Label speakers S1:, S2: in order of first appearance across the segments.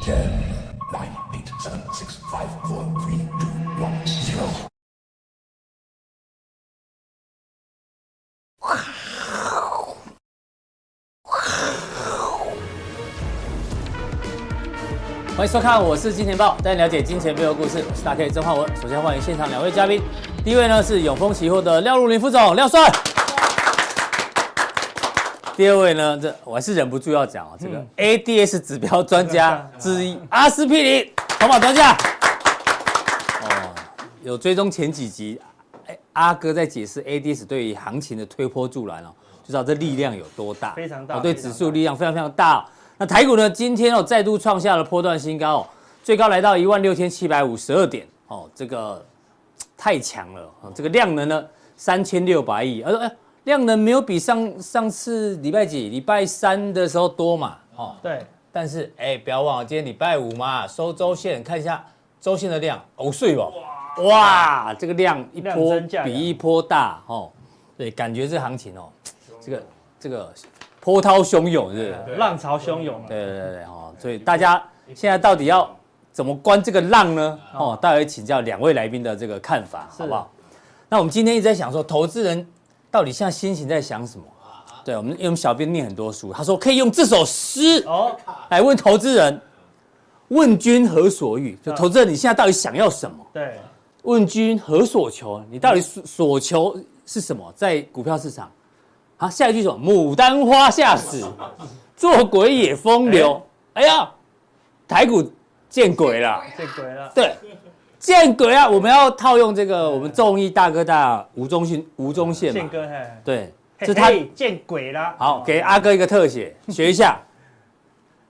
S1: Ten, nine, eight, seven, six, five, four, three, two, one, zero.
S2: 欢迎收看，我是金钱豹，带你了解金钱背后故事。我是大 K 曾焕文。首先欢迎现场两位嘉宾，第一位呢是永丰期货的廖如林副总，廖帅。第二位呢，这我还是忍不住要讲啊，这个 ADS 指标专家之一阿司匹林筹码专家。哦，有追踪前几集，哎阿哥在解释 ADS 对于行情的推波助澜哦，就知道这力量有多大，
S3: 非常大
S2: 哦对
S3: 非常
S2: 指
S3: 大
S2: 数力量非常非常大哦、那台股呢，今天哦再度创下了波段新高哦，最高来到一万六千七百五十二点哦，这个太强了啊！这个量能呢，三千六百亿，而、呃、量能没有比上上次礼拜几礼拜三的时候多嘛，哦，
S3: 对，
S2: 但是哎，不要忘了今天礼拜五嘛，收周线，看一下周线的量，哦，睡吧，哇，这个量一
S3: 量
S2: 波
S3: 增价
S2: 比
S3: 量
S2: 一波大哦，对，感觉这行情哦，这个这个波涛汹涌是不是？
S3: 浪潮汹涌啊，
S2: 对对对对哦，所以大家现在到底要怎么关这个浪呢？
S3: 啊
S2: 哦，待会请教两位来宾的这个看法，好不好？那我们今天一直在想说，投资人到底现在心情在想什么？
S3: 啊
S2: 对我们，因为我们小编念很多书，他说可以用这首诗
S3: 哦，
S2: 来问投资人：“问君何所欲？”
S3: 啊
S2: 就投资人，你现在到底想要什么？
S3: 对，
S2: 问君何所求？你到底所所求是什么？在股票市场，好、下一句是什么？牡丹花下 死，做鬼也风流。哎呀，台股见鬼了！
S3: 见鬼了，
S2: 对，见鬼啊！我们要套用这个我们众议大哥大吴宗宪，吴宗宪
S3: 宪
S2: 嘛，
S3: 哥嘿，
S2: 对，
S3: 嘿
S2: 这是他
S3: 嘿见鬼了，
S2: 好给阿哥一个特写，学一 下。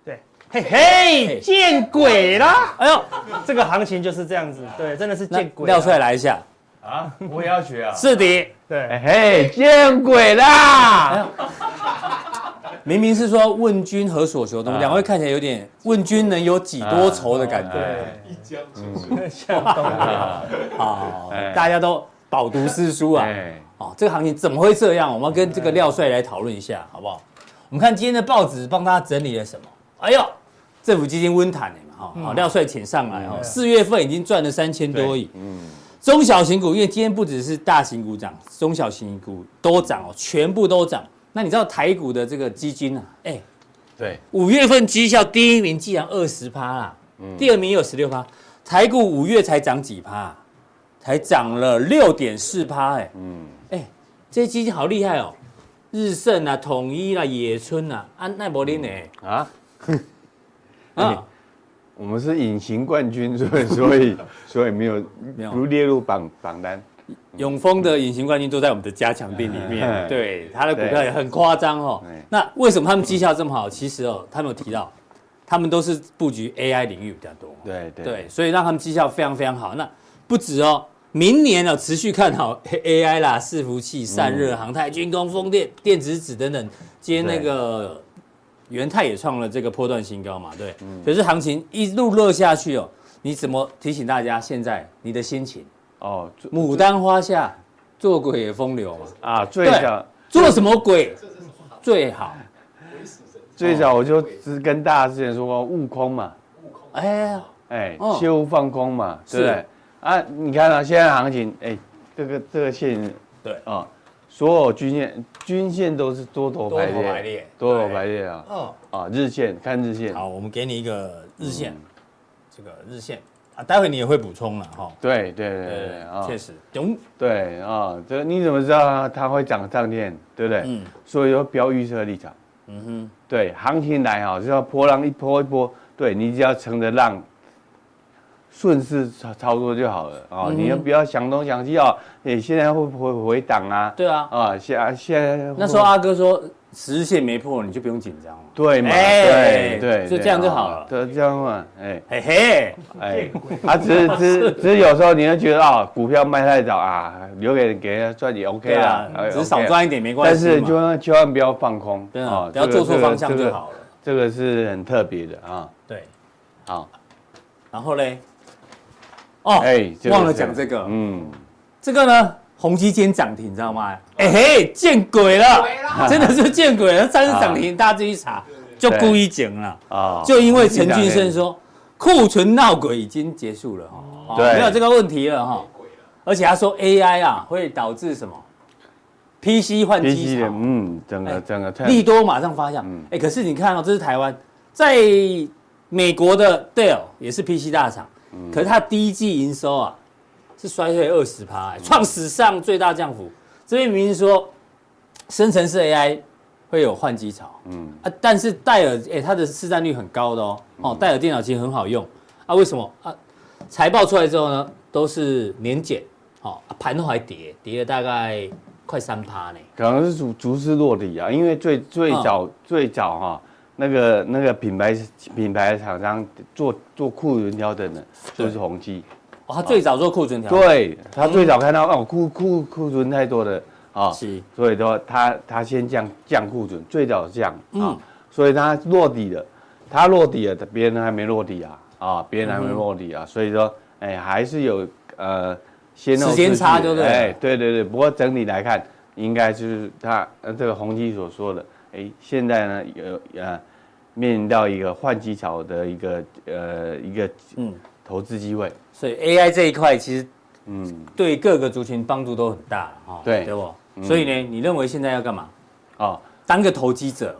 S3: 对，嘿嘿，见鬼了，
S2: 哎呦，
S3: 这个行情就是这样子，对，真的是
S2: 那
S3: 见鬼了，
S2: 廖帅来一下，
S4: 啊，我也要学 啊！
S2: 是的。
S3: 对，
S2: 哎
S4: 嘿，见鬼啦！
S2: 明明是说问君何所
S4: 啊
S2: 求，怎么两位看起来有点问君能有几多愁的感觉
S4: 哎
S3: 对，向东流，
S2: 啊
S4: 哎？
S2: 大家都饱读诗书啊！
S4: 哎，
S2: 哦，这个行情怎么会这样？我们要跟这个廖帅来讨论一下，好不好？我们看今天的报纸帮大家整理了什么？哎呦，政府基金温坦嘛，哈，好，廖帅请上来哦。四月份已经赚了三千多亿，嗯，中小型股因为今天不只是大型股涨，中小型股都涨哦，全部都涨。那你知道台股的这个基金啊，哎，
S4: 对，
S2: 五月份绩效第一名竟然二十趴啦，第二名也有十六趴。台股五月才涨几趴、才涨了六点四趴，哎、
S4: 嗯，
S2: 哎，这些基金好厉害哦，日盛啊、统一啦、野村啊、安奈伯林呢、
S4: 啊，嗯
S2: 啊，
S4: 我们是隐形冠军， 所以所以所以没有
S2: 没有
S4: 不列入榜榜单。
S2: 永丰的隐形冠军都在我们的加强店里面，
S4: 嗯
S2: 对，他的股票也很夸张哦
S4: 对。
S2: 那为什么他们绩效这么好？其实哦，他们有提到，他们都是布局 AI 领域比较多。
S4: 对对
S2: 对，所以让他们绩效非常非常好。那不止哦，明年呢、持续看好 A- AI 啦、伺服器、散热、航太、军工、风电、电子纸等等。今天那个元泰也创了这个波段新高嘛，对，所以这行情一路热下去哦。你怎么提醒大家现在你的心情？
S4: 哦，最
S2: 牡丹花下，做鬼也风流嘛，
S4: 啊，最早
S2: 做什么鬼最好？
S4: 最早我就是跟大家之前说过悟空嘛，
S2: 哎呀，
S4: 哎
S2: 哦，
S4: 切勿放空嘛，对不
S2: 是
S4: 对？啊，你看啊，现在行情，哎，这个这个线，
S2: 对
S4: 啊，所有均线均线都是多头排
S2: 多头排列
S4: 列，多头排列啊，
S2: 哦，
S4: 啊，日线看日线，
S2: 好，我们给你一个日线，这个日线啊，待会你也会补充了哈。
S4: 对对对对对
S2: 呃
S4: 啊，
S2: 确实，永
S4: 对啊，这你怎么知道它会涨上天，对不对？
S2: 嗯
S4: 所以说不要预设立场。嗯哼，对，行情来哈，是要波浪一波一波，对你只要乘着浪，顺势操操作就好了
S2: 嗯
S4: 啊、你要不要想东想西啊？你、现在会不会回档啊？
S2: 对啊。
S4: 啊，现啊现在会
S2: 那时候阿哥说十日线没破，你就不用紧张了。
S4: 对嘛，
S2: 哎
S4: 对对，
S2: 就
S4: 对
S2: 这样就好了
S4: 啊对，这样嘛，哎
S2: 嘿嘿，
S4: 哎，啊，只只只是有时候你会觉得啊，股票卖太早啊，留给给人家赚也 OK
S2: 对
S4: 啦
S2: 啊，
S4: 哎，
S2: 只是
S4: OK
S2: 少赚一点没关
S4: 但
S2: 系
S4: 是
S2: 嘛
S4: 千万千万不要放空，
S2: 对啊，
S4: 哦
S2: 不要
S4: 这个
S2: 做错方向
S4: 这个
S2: 就好了。
S4: 这个是很特别的啊。
S2: 对，
S4: 好，
S2: 哦然后嘞，哦，
S4: 哎，个
S2: 忘了
S4: 是
S2: 讲这个，
S4: 嗯，
S2: 这个呢，宏基今天涨停，你知道吗？哎嘿，见鬼了，真的是啊见鬼了！上次涨停，大家自己查，就故意讲了，
S4: 啊
S2: 就因为陈俊生说库存闹鬼已经结束了哈，哦
S4: 对
S2: 没有这个问题了哈。而且他说 AI 啊会导致什么？PC 换
S4: 必
S2: 机
S4: 须的，
S2: 场，
S4: 嗯，整个
S2: 哎
S4: 整个太
S2: 利多马上发酵。哎、可是你看哦，这是台湾，在美国的 Dell 也是 PC 大厂，可是它第一季营收啊是衰退二十趴，哎创、史上最大降幅。这边明明说生成式 AI 会有换机潮，嗯啊，但是戴尔哎、它的市占率很高的哦，哦，戴尔电脑其实很好用啊，为什么啊？财报出来之后呢，都是年减，哦，啊盘都还跌，跌了大概快三趴呢。
S4: 可能是逐逐次落地啊，因为最最
S2: 嗯
S4: 早、最早哈、那个那个品牌品牌厂商做做库存调整的，就是宏基。
S2: 哦，它最早做库存调整。
S4: 对他最早看到、哦库库库存太多了啊，
S2: 嗯是
S4: 所以说他他先降降库存，最早降啊、
S2: 嗯
S4: 所以他落底了，他落底了，别人还没落底啊啊，别人还没落底
S2: 嗯
S4: 啊，所以说哎还是有呃先后
S2: 时间
S4: 秩序
S2: 差
S4: 的
S2: 就对了
S4: 哎对对对，不过整体来看，应该就是他呃这个宏基所说的，哎现在呢有呃面临到一个换机潮的一个呃一个
S2: 嗯
S4: 投资机会，
S2: 所以 AI 这一块其实
S4: 嗯。
S2: 对各个族群帮助都很大了哈、哦
S4: 对嗯
S2: 对不？所以呢，你认为现在要干嘛？
S4: 哦，
S2: 当个投机者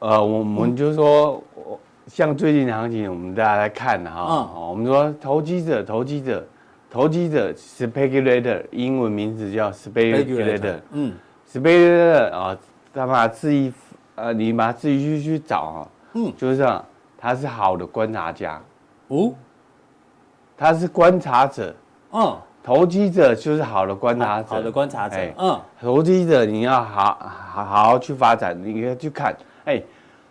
S2: 哦、
S4: 呃，我我们就说，我像最近的行情，我们大家来看哈、
S2: 嗯
S4: 哦我们说投机者，投机者，投机者 speculator，英文名字叫 speculator，
S2: 嗯，
S4: speculator 啊、他把自己呃，你把自己去去找啊、
S2: 嗯
S4: 嗯，就是这样，他是好的观察家，
S2: 哦，
S4: 他是观察者，
S2: 嗯，
S4: 投机者就是好的观察者，
S2: 好的观察者，
S4: 哎
S2: 嗯，
S4: 投机者你要好好好好去发展，你要去看，哎、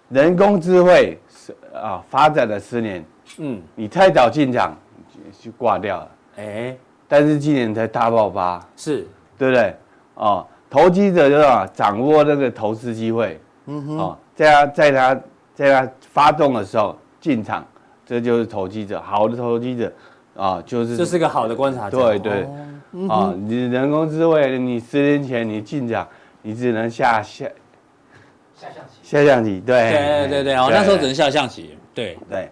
S4: 人工智慧是啊发展了十年，
S2: 嗯，
S4: 你太早进场就就挂掉了，
S2: 哎、
S4: 但是今年才大爆发，
S2: 是，
S4: 对不对？哦，投机者就是、啊、掌握那个投资机会，嗯哼，哦，在他在他在他发动的时候进场，这就是投机者，好的投机者啊，就是
S2: 这是个好的观察者，
S4: 对对
S2: 哦，
S4: 啊，你人工智慧，你十年前你进场，你只能下下下象棋，对
S2: 对对对对，哦，那时候只能下象棋，对，
S4: 对，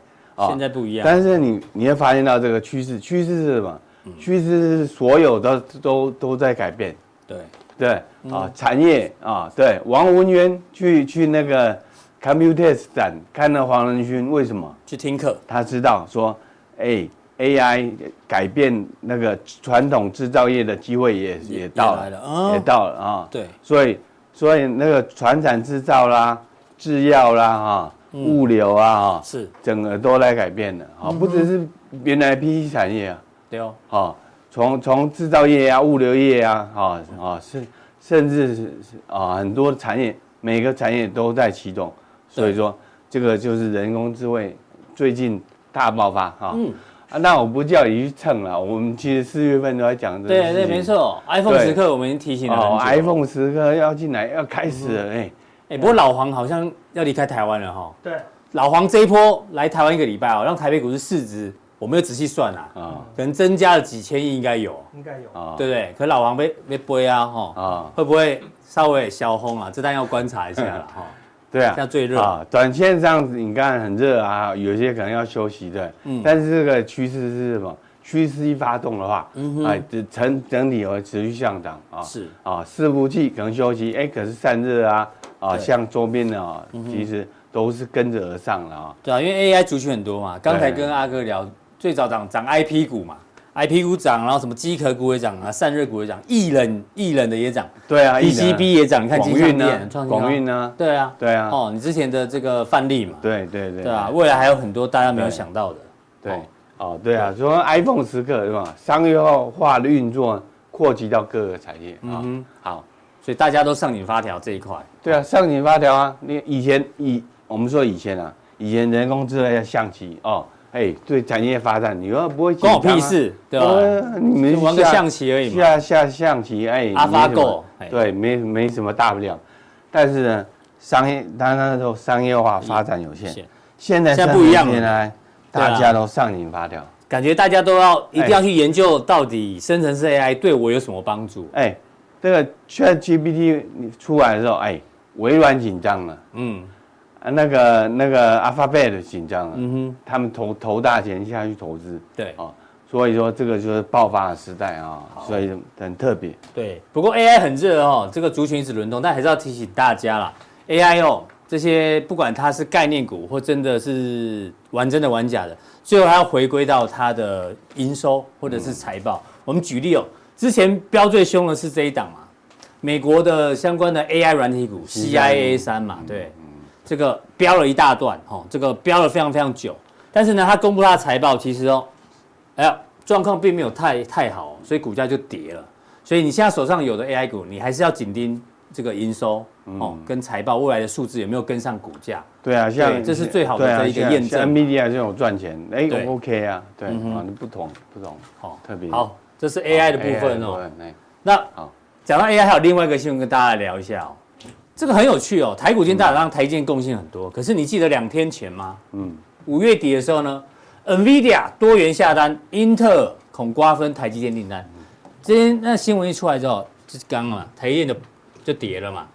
S2: 现在不一样
S4: 但是你你会发现到这个趋势，趋势是什么？
S2: 嗯
S4: 趋势是所有的都都在改变，
S2: 对，
S4: 对
S2: 嗯
S4: 啊，产业啊，对，王文渊去去那个 Computex 展看了黄仁勋，为什么？
S2: 去听课，
S4: 他知道说，哎、a i 改变那个传统制造业的机会也
S2: 也
S4: 也到
S2: 也来
S4: 了，
S2: 了哦
S4: 也到了啊。
S2: 对
S4: 所以所以那个船产制造啦、制药啦、哈、物流啊、哈，
S2: 嗯是，嗯
S4: 整个都来改变了啊、不只是原来 PC 产业啊，
S2: 对哦，
S4: 啊、从从制造业啊、物流业啊，啊、啊、甚甚至是是啊、很多产业，每个产业都在其中，所以
S2: 对
S4: 说这个就是人工智慧最近大爆发哈。
S2: 嗯
S4: 啊，那我不叫你去蹭了，我们其实四月份都在讲这个
S2: 对
S4: 事
S2: 对，
S4: 情
S2: 没。错，iPhone 时刻我们已经提醒了
S4: 哦
S2: 很久了，
S4: ，iPhone 时刻要进来，要开始了，哎、
S2: 哎、不过老黄好像要离开台湾了哈、哦
S3: 对，
S2: 老黄这一波来台湾一个礼拜哦，让台北股市市值我没有仔细算啊，
S4: 啊
S2: 可能增加了几千亿应该有，
S3: 应该有。
S4: 啊
S2: 对不对？可老黄被被背啊，哈、
S4: 啊，
S2: 会不会稍微消轰啊？这单要观察一下了哈。
S4: 对啊，
S2: 现在最热
S4: 啊，短线上你看很热啊，有些可能要休息的，
S2: 嗯
S4: 但是这个趋势是什么？趋势一发动的话，哎，这整整体会持续向涨啊，
S2: 嗯是
S4: 啊，伺服器可能休息，哎，可是散热啊，啊，
S2: 对嗯
S4: 像周边的啊，其实都是跟着而上了啊，
S2: 对啊，因为 AI 族群很多嘛，刚才
S4: 对
S2: 跟阿哥聊，最早涨涨 IP 股嘛，IP 股涨，然后什么机壳股也涨啊，散热股也涨，艺人艺人的也涨
S4: 对啊
S2: ，PCB 也涨，你看
S4: 广
S2: 金
S4: 运
S2: 运
S4: 呢
S2: 呢，，
S4: 广运
S2: 呢，
S4: 呢，
S2: 对啊，
S4: 对啊
S2: 哦，你之前的这个范例嘛，
S4: 对对对，
S2: 对啊，未来还有很多大家没有
S4: 对
S2: 想到的，
S4: 对
S2: 哦，
S4: 哦，对啊，说 iPhone 时刻是吧？商业化的运作扩及到各个产业
S2: 嗯
S4: 啊，好。
S2: 所以大家都上紧发条这一块，
S4: 对啊，上紧发条啊！你以前以我们说以前啊，以前人工智能要象棋哦，哎，对产业发展，你又不会紧
S2: 关
S4: 张
S2: 我
S4: 啊
S2: 屁，事，对吧？
S4: 呃你们
S2: 就玩个
S4: 下
S2: 象棋而已嘛
S4: 下下象棋，哎
S2: AlphaGo，
S4: 没什么
S2: 哎
S4: 对，没没什么大不了。但是呢，商业当然那时候商业化发展有限
S2: 是，
S4: 现在
S2: 现在不一样了
S4: 现在
S2: 对啊
S4: 大家都上紧发条，
S2: 感觉大家都要一
S4: 哎
S2: 定要去研究到底生成式 AI 对我有什么帮助。
S4: 哎，这个 ChatGPT 出来的时候，哎，微软紧张了。
S2: 嗯，
S4: 哎啊，那个那个 Alphabet 紧张了，他们投投大钱下去投资，
S2: 对
S4: 啊，所以说这个就是爆发的时代啊，所以很特别。
S2: 对，不过 AI 很热哦，这个族群一直轮动，但还是要提醒大家啦，AI 哦，这些不管它是概念股或真的是玩真的玩假的，最后还要回归到它的营收或者是财报。我们举例哦，之前标最凶的是这一档嘛，美国的相关的 AI 软体股 CIA 三嘛，对，这个标了一大段哦，这个标了非常非常久，但是呢，它公布它的财报，其实哦，哎呀，状况并没有太太好哦，所以股价就跌了。所以你现在手上有的 AI 股，你还是要紧盯这个营收
S4: 嗯
S2: 哦，跟财报未来的数字有没有跟上股价。
S4: 对啊，像
S2: 这是最好的
S4: 对啊
S2: 这一个
S4: 像
S2: 验证
S4: 像 NVIDIA 这种赚钱，哎
S2: 对嗯
S4: ，OK 啊，对啊，你不同不同，
S2: 好，
S4: 特别
S2: 哦好，这是 AI 的部
S4: AI
S2: 分
S4: 的部
S2: 哦。
S4: 分，哎
S2: 那
S4: 好
S2: 讲到 AI，还有另外一个新闻跟大家来聊一下哦。这个很有趣哦，台股今天大让台积电贡献很多，可是你记得两天前吗？嗯，五月底的时候呢，NVIDIA 多元下单，英特尔恐瓜分台积电订单。今天那新闻一出来之后，就是刚刚嘛，台积电的就跌了嘛，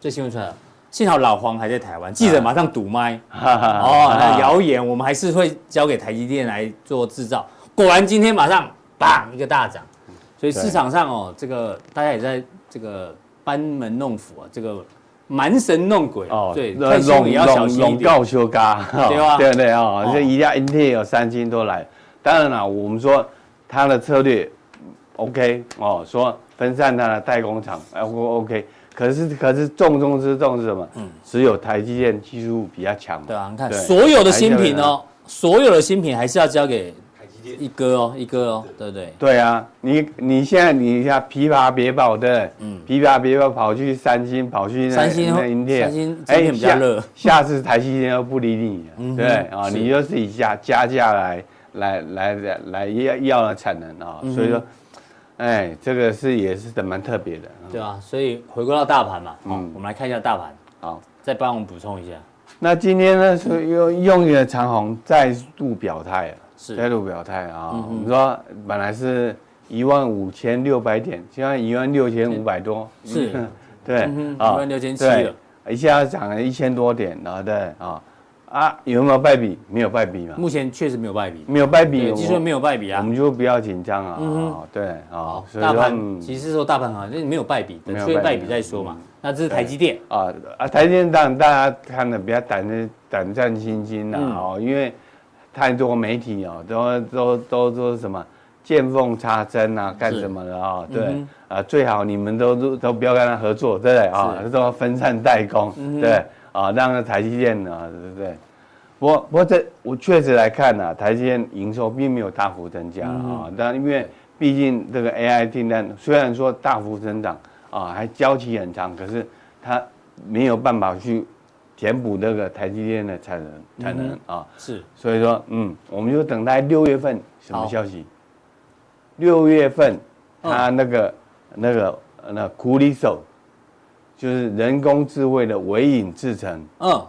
S2: 这新闻出来了。幸好老黄还在台湾，记者马上堵麦。
S4: 哈哈
S2: 哦，那谣言我们还是会交给台积电来做制造。果然今天马上砰一个大涨，所以市场上哦，这个大家也在这个班门弄斧啊，这个蛮神弄鬼啊
S4: 哦，
S2: 对，
S4: 那
S2: 看新闻也要小心一
S4: 拢
S2: 点。
S4: 告修嘎，
S2: 对吧
S4: 对不对哦，这一家 Intel、三星都来。当然了，我们说他的策略 OK 哦，说分散他的代工厂，哎我 OK。可是可是重中之重是什么？只有台积电技术比较强嘛。
S2: 对啊，你看所有的新品哦，所有的新品还是要交给一哥哦，一哥哦，对不对？
S4: 对啊，你你现在你一下琵琶别跑的，嗯，琵琶别跑跑去三星，跑去那
S2: 三星
S4: 那银店，
S2: 三星今天比较热嗯
S4: 下下次台积电又不理你了，对不对啊，
S2: 是
S4: 你就自己加加价来来来来来要要了产能啊，
S2: 嗯
S4: 所以说，哎，这个是也是蛮特别的，
S2: 对啊，所以回归到大盘嘛，哦
S4: 嗯
S2: 我们来看一下大盘，
S4: 好。
S2: 再帮我们补充一下。
S4: 啊那今天呢是用用你的长虹再度表态了，
S2: 是嗯
S4: 再度表态啊、我们说本来是一万五千六百点，现在一万六千五百多，
S2: 是
S4: 嗯对
S2: 嗯哼
S4: 啊
S2: 16,700
S4: 对一下涨了一千多点，然后对啊啊有没有败笔？没有败笔嘛，
S2: 目前确实没有败笔，
S4: 没有败笔，
S2: 对，技术没
S4: 有，
S2: 有败笔
S4: 我
S2: 啊。
S4: 们就不要紧张啊，哦对啊
S2: 好，，
S4: 所以
S2: 大
S4: 说
S2: 盘
S4: 嗯
S2: 其实说大盘好，那没有败笔，等
S4: 没有
S2: 出现败
S4: 败笔嗯
S2: 笔再说嘛。那这是台积电，
S4: 啊啊，台积电当然大家看的比较胆战胆战心惊啦、
S2: 嗯
S4: 哦，因为太多媒体哦，都都都都是什么见缝插针啊，干什么的
S2: 嗯
S4: 啊、哦？对、啊，最好你们都都都不要跟他合作，对不对啊？
S2: 是嗯
S4: 都要分散代工，对啊，让台积电啊，对不对？不过不过这我确实来看呢、啊，台积电营收并没有大幅增加啊、但因为毕竟这个 AI 订单虽然说大幅增长啊，还交期很长，可是它没有办法去填补这个台积电的产能产能啊，
S2: 是
S4: 所以说嗯，我们就等待六月份什
S2: 好
S4: 么消息？六月份它那个、那个那苦力手，就是人工智慧的微影制成，
S2: 嗯，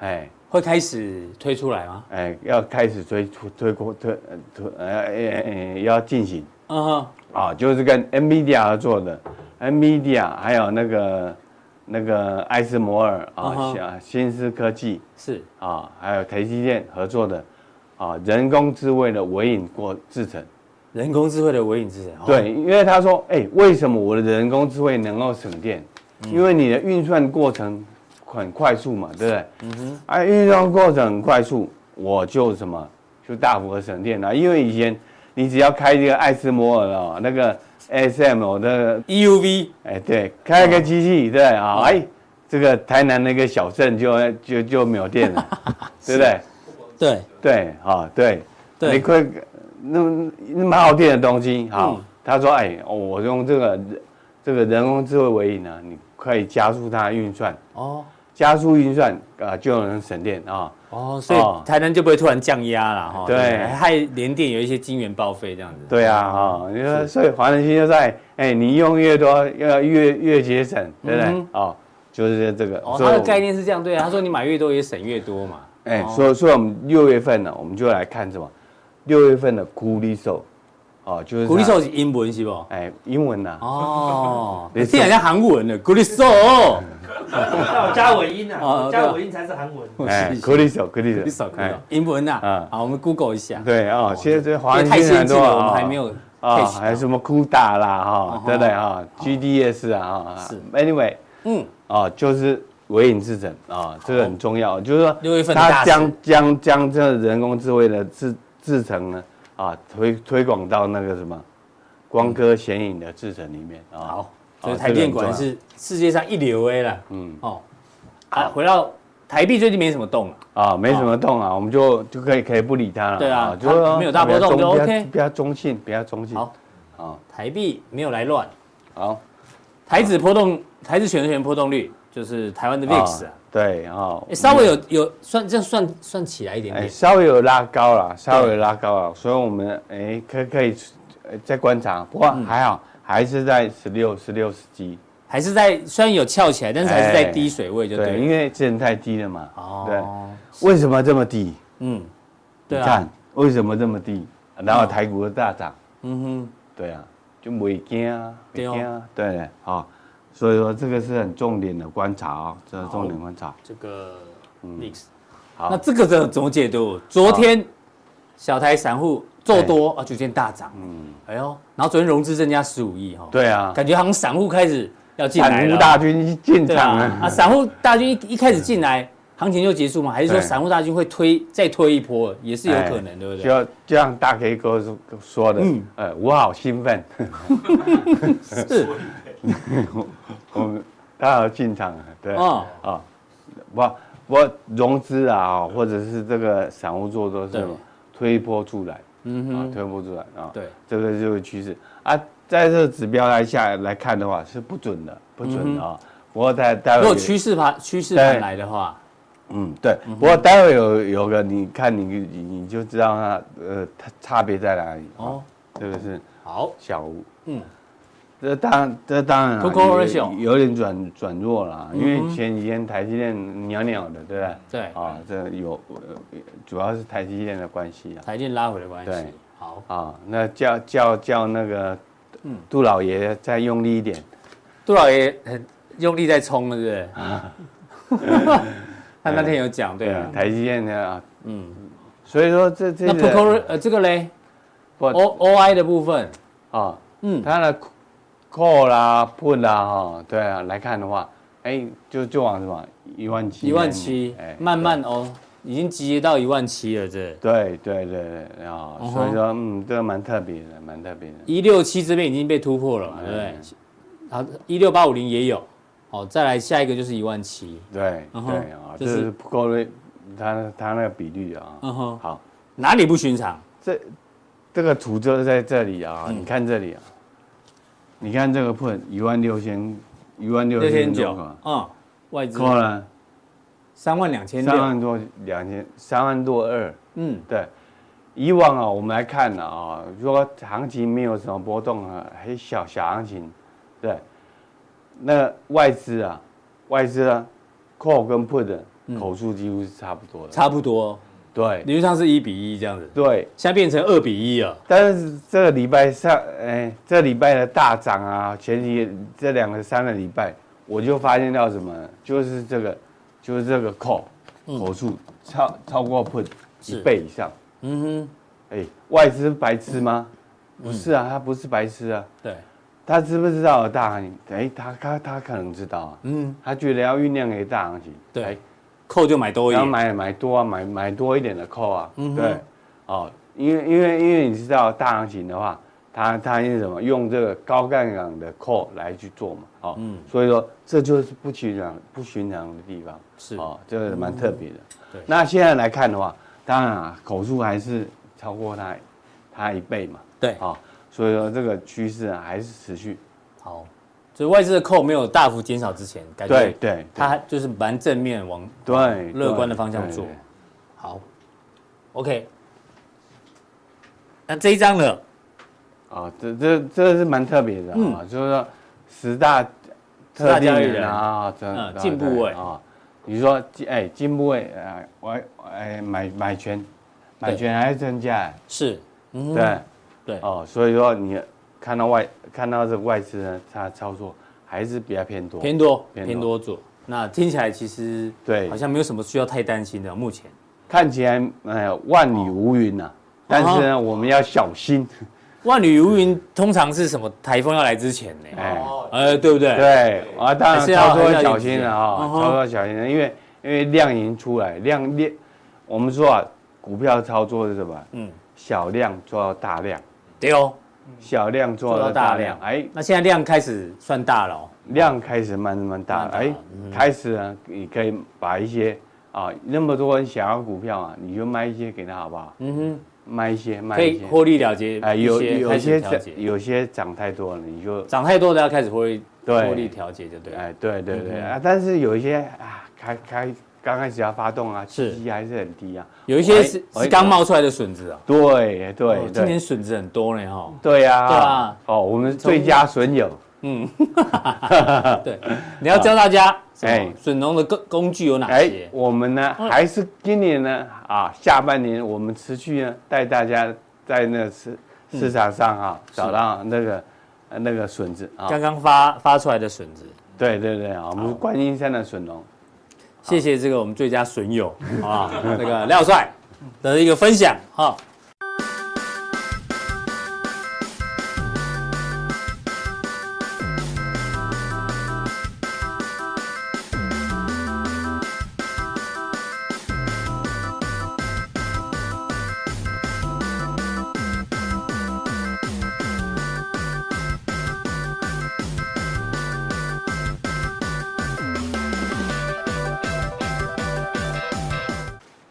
S4: 哎。
S2: 会开始推出来吗？
S4: 哎，要开始追出推过推呃推呃呃呃要进行
S2: 嗯哼，
S4: 啊，就是跟 NVIDIA 合作的，NVIDIA 还有那个那个艾斯摩尔
S2: 嗯哼
S4: 啊，新思科技
S2: 是
S4: 啊，还有台积电合作的啊，人工智慧的微影过制成。
S2: 人工智慧的微影之神。哦，
S4: 对，因为他说，哎，为什么我的人工智慧能够省电？因为你的运算过程很快速嘛，对不对？嗯哼。哎，运算过程很快速，我就什么就大幅的省电了、因为以前你只要开这个爱斯摩尔哦，那个 ASM 的，
S2: E EUV
S4: 哦哎，对，开一个机器，对不对啊，哎，这个台南那个小镇就就就没有电 了，对不对？
S2: 对
S4: 对，啊，对，
S2: 对
S4: 你会那那蛮好电的东西，好，
S2: 嗯
S4: 他说，哎，哦我用这个这个人工智慧为引啊，你可以加速它的运算，
S2: 哦
S4: 加速运算啊、就能省电啊、
S2: 哦，所以台南就不会突然降压了哈。
S4: 哦对
S2: 害联电有一些晶圆报废这样子。
S4: 对啊，啊、你说，所以华人心就在，哎，你用越多，要越越节省，对不对？
S2: 嗯
S4: 哦，就是这个，
S2: 哦，
S4: 所以
S2: 它的
S4: 我
S2: 概念是这哦样，对啊，他说你买越多也省越多嘛。
S4: 哎、所以所以我们六月份呢，我们就来看什么？六月份的孤立手，哦，就是
S2: 鼓励
S4: 它
S2: 寿是英文是不？
S4: 哎，英文呐、
S2: 哦，
S4: 没
S2: 你
S4: 错
S2: 听人家韩文的鼓励寿，
S3: 那我加尾音
S2: 哦
S3: 啊，
S2: 哦
S3: 加尾音才是韩 文。
S4: 哎，可以手，可以手，
S2: 你少看
S4: 哎
S2: 到英文呐
S4: 嗯，
S2: 好，我们 Google 一下，
S4: 对哦，现在这华
S2: 因
S4: 人
S2: 为太
S4: 圈
S2: 先
S4: 很
S2: 进
S4: 多
S2: 了，
S4: 啊，
S2: 我们
S4: 哦
S2: 还没有
S4: 啊，
S2: catch
S4: 还有
S2: 到
S4: 什么酷大啦哈
S2: 哦，
S4: 对不啊对哈？GDS 啊哈，
S2: 是
S4: Anyway
S2: 嗯，
S4: 啊，就是微影智诊啊，这个很重要，就是说
S2: 六月份的大
S4: 它
S2: 事
S4: 将将将这人工智慧的制制成呢啊推推广到那个什么光刻显影的制程里面啊。
S2: 好，
S4: 啊
S2: 所以台电果然
S4: 这个很重要
S2: 是世界上一流 A 了，
S4: 嗯
S2: 哦，啊，回到台币最近没什么动了，
S4: 啊，没什么动啊，我们就就可以可以不理它了。
S2: 对啊
S4: 啊就
S2: 它
S4: 是说
S2: 没有大波动
S4: 不要
S2: 就
S4: 中
S2: OK
S4: 不要中性，不要中性。
S2: 好
S4: 好，
S2: 台币没有来乱，
S4: 好。
S2: 台指波动，台指选择权波动率就是台湾的 VIX 啊
S4: 啊，对啊
S2: 诶，稍微有有算这样算算起来一点
S4: 哎，
S2: 点，
S4: 稍微有拉高了，稍微有拉高了，所以我们哎可可以呃再观察，不过
S2: 嗯
S4: 还好，还是在十六、十六、十几，
S2: 还是在虽然有翘起来，但是还是在
S4: 哎
S2: 低水位就
S4: 对，
S2: 对
S4: 因
S2: 了，
S4: 为之前太低了嘛，
S2: 哦，
S4: 对，为什么这么低？
S2: 嗯，
S4: 你
S2: 对啊
S4: 看，为什么这么低？然后台股又大涨，
S2: 嗯哼，
S4: 对啊，就没惊啊，没
S2: 对哦
S4: 惊啊，对啊，所以说这个是很重点的观察啊，这是重点观察。
S2: 这个 VIX。
S4: 嗯好
S2: 那，这个的怎么解读？昨天小台散户做多啊，就见大涨，嗯，哎呦，然后昨天融资增加十五亿哈，哦
S4: 对啊，
S2: 感觉好像散户开始要进来
S4: 产
S2: 了，
S4: 无大军进
S2: 对
S4: 场
S2: 啊，啊，
S4: 了，
S2: 散户大军一一开始进来，行情就结束吗？还是说
S4: 对
S2: 散户大军会推再推一波，也是有可
S4: 哎
S2: 能，对不对？
S4: 就就像大 K 哥说说的，
S2: 嗯
S4: 呃，我好兴奋，
S2: 是，
S4: 我们他要进场了，对啊，
S2: 嗯，
S4: 我我融资啊，或者是这个散户做都
S2: 对
S4: 是推波助澜，
S2: 嗯
S4: 啊，
S2: 哼，
S4: 推波助澜啊，
S2: 对，
S4: 这个就是趋势啊，在这个指标来下来看的话是不准的，不准的啊。不过待待
S2: 嗯如
S4: 会
S2: 果
S4: 有
S2: 趋势盘趋势盘
S4: 对
S2: 来的话，
S4: 嗯对，不过待会有有个你看你你你就知道它呃它差别在哪里哦
S2: 哦，，
S4: 这个是
S2: 好，
S4: 小吴，
S2: 嗯
S4: 嗯，这当这当然啊
S2: To correlation
S4: 有有点转转弱了啊，因为前几天台积电袅袅的，对不对？
S2: 嗯对
S4: 啊，这有呃主要是台积电的关系啊，
S2: 台电拉回的关系
S4: 对，
S2: 好，
S4: 啊，那叫叫叫那个
S2: 嗯
S4: 杜老爷再用力一点，
S2: 杜老爷很用力在冲了，对不对？ 他那天有讲，啊对啊，
S4: 呃台积电呢，啊，嗯，所以说这这
S2: 那 p
S4: 个
S2: o c o 呃这个嘞
S4: 不
S2: ，O O I 的部分，
S4: 啊，
S2: 嗯，
S4: 它的 call 啦、put 啦，哈，对啊，来看的话，哎，就就往什么一万七，哎
S2: 一万七，慢慢哦，已经集结到一万七了，这
S4: 对对对对啊、
S2: 嗯哼嗯
S4: 所以说嗯，这个蛮特别的，蛮特别的。
S2: 一六七这边已经被突破了嘛，对不对？好，一六八五零也有，哦，再来下一个就是一万七，
S4: 对、
S2: 嗯哼
S4: 对啊、
S2: 就
S4: 这
S2: 是
S4: 是不够的，它它那个比率啊、
S2: 嗯哼，
S4: 好，
S2: 哪里不寻常？
S4: 这这个图就是在这里啊、
S2: 嗯
S4: 你看这里啊，你看这个碰一万六千一万六
S2: 六千
S4: 千
S2: 九
S4: 多啊，，
S2: 嗯，外资
S4: 扣了
S2: 三万两千
S4: 三
S2: 六，
S4: 万多两千三万多二，
S2: 嗯，
S4: 对。以往啊，我们来看啊，如果行情没有什么波动啊，很小小行情，对，那外资啊，外资啊，call 跟 put 的口数几乎是差不多的，
S2: 差不多，
S4: 对
S2: 理论上是一比一这样子，
S4: 对。
S2: 现在变成二比一了，
S4: 但是这个礼拜上，哎，这礼拜的大涨啊，前几这两个三个礼拜，我就发现到什么，就是这个，就是这个 call 口数超超过 put 一
S2: 嗯是
S4: 倍以上。
S2: 嗯哼，嗯
S4: 哎、外资白痴吗？不是啊，他不是白痴啊，
S2: 对，
S4: 他知不知道有大行情？哎、他他他可能知道啊，
S2: 嗯，
S4: 他觉得要酝酿给大行情，
S2: 对，扣就买多一
S4: 然后
S2: 点，
S4: 买买多啊，买买多一点的扣啊，
S2: 嗯哼
S4: 对，哦，因为因为因为你知道大行情的话，他他是什么？用这个高杠杆的扣来去做嘛，哦，
S2: 嗯
S4: 所以说这就是不寻常不寻常的地方，
S2: 是嗯
S4: 哦，这个蛮特别的。
S2: 对
S4: 那现在来看的话，当然啊，口数还是超过它它一倍嘛，
S2: 对，
S4: 啊、所以说这个趋势啊还是持续，
S2: 好，所以外资的扣没有大幅减少之前，感
S4: 对
S2: 觉
S4: 对
S2: 它就是蛮正面往
S4: 对
S2: 乐观的方向做
S4: 对对。
S2: 好，OK。那这一张呢？
S4: 啊，这这这是蛮特别的啊，
S2: 嗯
S4: 就是说十大特定人啊，真
S2: 嗯
S4: 的
S2: 进步位
S4: 啊，你说进哎进步位哎，我哎买买权，买权还是增加，
S2: 是，嗯哼
S4: 对
S2: 对
S4: 哦，所以说你看到外看到这个外资呢，它操作还是比较偏多，
S2: 偏多
S4: 偏多
S2: 偏多做。那听起来其实
S4: 对
S2: 好像没有什么需要太担心的。目前
S4: 看起来哎呀万里无云
S2: 啊
S4: 呐、但是呢，我们要小心，
S2: 万里无云通常是什么台风要来之前呢？
S4: 哎，
S2: 呃，对不 对？
S4: 对啊，当
S2: 还
S4: 然
S2: 是要
S4: 操作
S2: 还是
S4: 要
S2: 要
S4: 小
S2: 理智
S4: 心了
S2: 嗯
S4: 啊，
S2: 哼
S4: 操作要小心了，因为因为量已经出来，量量，我们说啊，股票操作是什么？
S2: 嗯，
S4: 小量做到大量，
S2: 对哦，
S4: 小量做
S2: 做
S4: 到
S2: 到
S4: 大
S2: 大量，。
S4: 量哎，
S2: 那现在量开始算大了哦，
S4: 量开始慢慢大了，
S2: 慢慢大嗯
S4: 哎
S2: 了，
S4: 开始呢，你可以把一些啊，那么多人想要股票啊，你就卖一些给他好不好？
S2: 嗯哼，
S4: 卖一些，卖
S2: 可
S4: 一
S2: 以
S4: 些。
S2: 获利了结
S4: 哎，
S2: 一
S4: 有
S2: 些，
S4: 有
S2: 开
S4: 些
S2: 始调
S4: 涨，
S2: 节，
S4: 有些涨太多了，你就
S2: 涨太多的要开始获利
S4: 对
S2: 获利调节，就对了。
S4: 哎，对对
S2: 嗯
S4: 对啊，但是有一些啊，开开刚开始要发动啊，
S2: 是
S4: 息还是很低啊，
S2: 有一些
S4: 哎
S2: 是
S4: 哎
S2: 是刚冒出来的笋子啊，
S4: 对
S2: 哦
S4: 对
S2: 今年
S4: 对，
S2: 笋子很多呢哈。
S4: 对呀，
S2: 对啊，
S4: 哦，我们最佳损友，
S2: 对，你要教大家什
S4: 哎
S2: 么笋农的工工具有哪
S4: 哎
S2: 些，？哦
S4: 我们呢
S2: 嗯
S4: 还是今年呢啊，下半年我们持续呢带大家在那市
S2: 嗯
S4: 市场上啊找到那个呃那个笋子啊，
S2: 刚刚发发出来的笋子，
S4: 对对对啊，我们是观音山的笋农，
S2: 谢谢这个我们最佳损 友啊，那个廖帅的一个分享哈。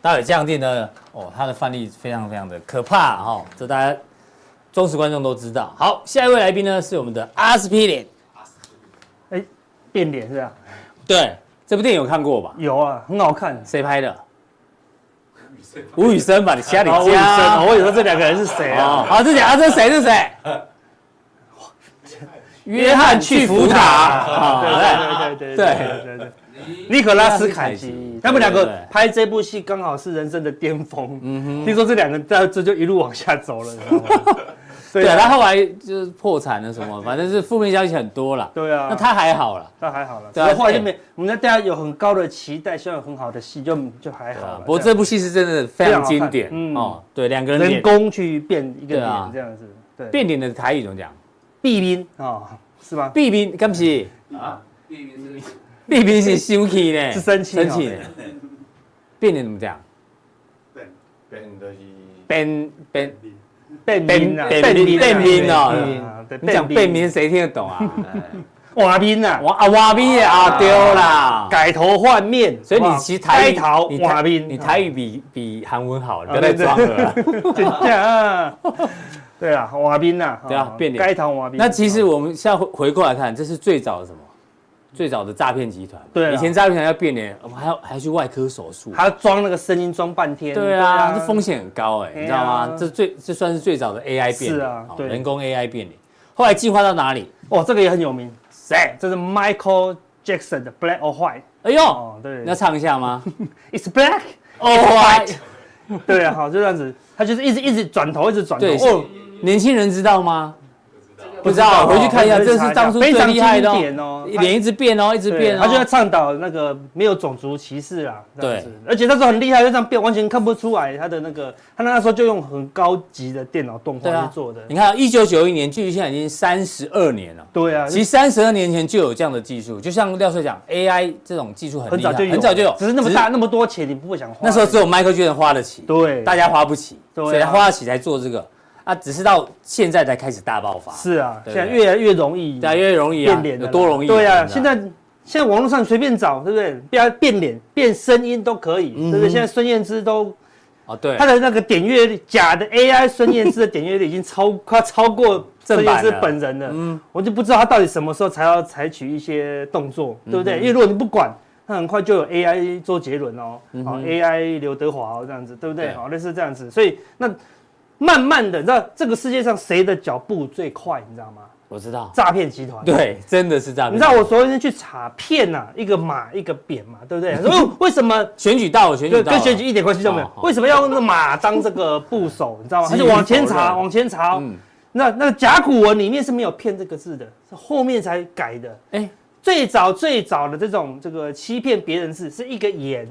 S2: 大伟酱店呢，哦，它的范例非常非常的可怕哈、哦，这大家忠实观众都知道。好，下一位来宾呢是我们的阿司匹林，
S3: 哎，变脸是吧？
S2: 对，这部电影有看过吧？
S3: 有啊，很好看。
S2: 谁拍的？吴宇森吧，你瞎你
S3: 哦，我以为
S2: 家
S3: 我以为这两个人是谁啊？
S2: 哦，好，这讲啊，这谁？这谁？约翰去福塔啊！
S3: 对对对对
S2: 对
S3: 对对对，尼可拉斯凯
S2: 尼可拉斯凯
S3: 奇
S2: 奇，
S3: 他们两
S2: 对对
S3: 个
S2: 对
S3: 拍这部戏刚好是人生的巅峰。听说这两个在这就一路往下走了，你知道吗
S2: 对，
S3: 对
S2: 他
S3: 啊，
S2: 后来就是破产了什么，反正是负面消息很多啦。
S3: 对啊
S2: 那他还好啦，
S3: 那还好了。
S2: 对啊
S3: 只是后来就没，我们在大家有很高的期待，希望有很好的戏，就就还好
S2: 对啊
S3: 了。
S2: 不过这部戏是真的非常经典
S3: 非常好看嗯
S2: 哦。对，两个
S3: 样
S2: 人脸
S3: 人工去变一个
S2: 对啊
S3: 脸这样子，对，
S2: 变脸的台语怎么讲？
S3: 避兵啊，是吗？
S2: 避兵，敢不是啊？ 避兵是生气呢，
S3: 是生气哦
S2: 生气呢。变脸怎么讲？变变，
S3: 变兵啊，
S2: 变
S3: 兵啊
S2: 变兵哦
S3: 嗯对
S2: 你讲变
S3: 变兵，
S2: 名谁听得懂啊？
S3: 瓦兵啊，
S2: 哇啊哇逼啊丢啦！
S3: 改头换面，
S2: 所以
S3: 哇
S2: 你其实台
S3: 开
S2: 语
S3: 头啊
S2: 你
S3: 瓦
S2: 台
S3: 兵，
S2: 你台语比比韩文好，你不
S3: 啊
S2: 要再装了啦。
S3: 真 的。啊对啊，瓦宾呐，
S2: 对啊
S3: 哦
S2: 变脸
S3: 该糖瓦宾。
S2: 那其实我们现在回回过来看，这是最早的什么？最早的诈骗集团。
S3: 对啊
S2: 以前诈骗集团要变脸，我们还要还要去外科手术。
S3: 他装那个声音装半天，
S2: 对啊，这风险很高哎，
S3: 对啊
S2: 你知道吗？这最这算是最早的 AI 变
S3: 是
S2: 脸
S3: 啊，
S2: 哦
S3: 对
S2: 人工 AI 变脸。后来进化到哪里？
S3: 哦，这个也很有名，谁？这是 Michael Jackson 的 Black or White
S2: 哎呦，
S3: 哦，对
S2: 你要唱一下 吗？
S3: ，It's Black，
S2: 哦，White
S3: 对啊，好，就这样子，他就是一直一直转头，一直转头，
S2: 对
S3: 哦，
S2: 年轻人知道吗？不知
S3: 道
S2: 道，
S3: 哦
S2: 回去看一下，
S3: 回去
S2: 这
S3: 查
S2: 是
S3: 一下
S2: 当初最
S3: 非常
S2: 厉害的
S3: 经典哦他
S2: 脸一直变哦，一直
S3: 对
S2: 变哦，
S3: 他就在倡导那个没有种族歧视啊，这样子
S2: 对，
S3: 而且那时候很厉害，就这样变，完全看不出来他的那个，他那时候就用很高级的电脑动
S2: 对
S3: 画
S2: 啊
S3: 去做的，
S2: 你看，一九九一年，距离现在已经三十二年了。
S3: 对啊，
S2: 其实三十二年前就有这样的技术，就像廖帅讲，AI 这种技术很
S3: 很
S2: 厉害
S3: 早就有，
S2: 啊很早就有，
S3: 只是那么大那么多钱，你不会想花。
S2: 那时候只有 Michael Jordan 花得起，
S3: 对
S2: 大家花不起，
S3: 对啊
S2: 所以他花得起才做这个啊，只是到现在才开始大爆发，
S3: 是啊，
S2: 对
S3: 现
S2: 不对
S3: 在越来越容易
S2: 对啊，越容易啊，
S3: 变脸的
S2: 有
S3: 啦
S2: 多容易？
S3: 对啊，
S2: 真的
S3: 现在现在网络上随便找，对不对？变变脸、变声音都可以，对
S2: 嗯
S3: 不对？现在孙燕姿都
S2: 哦， 对
S3: 她，的那个点阅率，假的 AI 孙燕姿的点阅率已经超快超过
S2: 正
S3: 孙燕
S2: 版
S3: 姿
S2: 了
S3: 本人了。嗯，我就不知道她到底什么时候才要采取一些动作，对不对？因为如果你不管。那很快就有 AI 周杰伦哦，好、AI 刘德华哦，这样子，对不对？
S2: 对
S3: 好、类似这样子，所以那慢慢的，你知道这个世界上谁的脚步最快，你知道吗？
S2: 我知 道，
S3: 诈骗集团。
S2: 对，真的是这样。
S3: 你知道我昨天去查骗呐、一个马一个扁嘛，对不 对？说哦为什么？
S2: 选举到了，选举
S3: 对，
S2: 嗯到了，
S3: 跟选举一点关系都没有
S2: 哦。好
S3: 为什么要用那马当这个部首？你知道吗？他
S2: 基于
S3: 就往前查，
S2: 否认
S3: 往前查哦。那那甲骨文里面是没有“骗”这个字的，是后面才改的。
S2: 哎，
S3: 最早最早的这种这个欺骗别人是是一个言，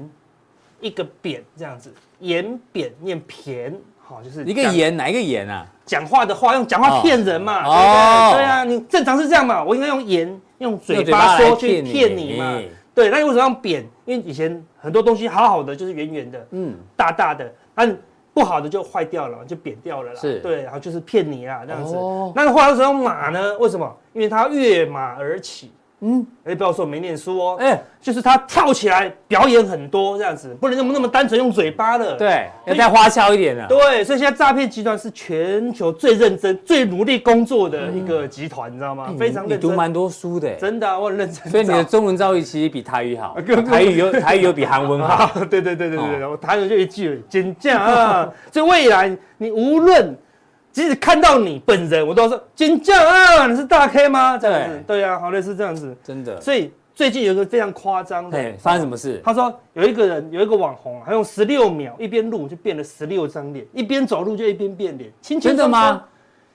S3: 一个扁这样子，言扁念偏，好、就是
S2: 一个
S3: 讲
S2: 盐哪一个盐啊？
S3: 讲话的话用讲话骗人嘛，
S2: 哦
S3: 对不对？对啊，你正常是这样嘛，我应该用言用嘴
S2: 用嘴巴
S3: 巴
S2: 来
S3: 说去
S2: 骗你
S3: 骗你嘛
S2: 哎，
S3: 对，那你为什么要用扁？因为以前很多东西好好的就是圆圆的，
S2: 嗯，
S3: 大大的，那你不好的就坏掉了，就扁掉了啦。
S2: 是
S3: 对，然后就是骗你啦，这样子。
S2: 哦
S3: 那话又说马呢？为什么？因为它跃马而起。嗯，哎，不要说我没念书哦，哎，
S2: 哎，
S3: 就是它跳起来表演很多这样子，不能那么那么单纯用嘴巴的。
S2: 对，要
S3: 所以
S2: 再花俏一点啊的。
S3: 对，所以现在诈骗集团是全球最认真、最努力工作的一个集团，你知道吗？非
S2: 嗯
S3: 常
S2: 你
S3: 认
S2: 读
S3: 真，
S2: 蛮多书的，欸
S3: 真的啊，我很认真找。
S2: 所以你的中文造诣其实比台语好，台语有 台语有比韩文好。
S3: 啊， 对对对对对
S2: 哦
S3: 对，我台语就一句简价啊，所以未来你无论即使看到你本人，我都要说简价啊，你是大 K 吗？这样子，对啊，好类似这样子。
S2: 真的。
S3: 所以最近有一个非常夸张的
S2: 哎，，发生什么事？
S3: 他说有一个人有一个网红啊，他用十六秒一边录就变了十六张脸，一边走路就一边变脸，轻轻
S2: 真
S3: 松松
S2: 的吗？？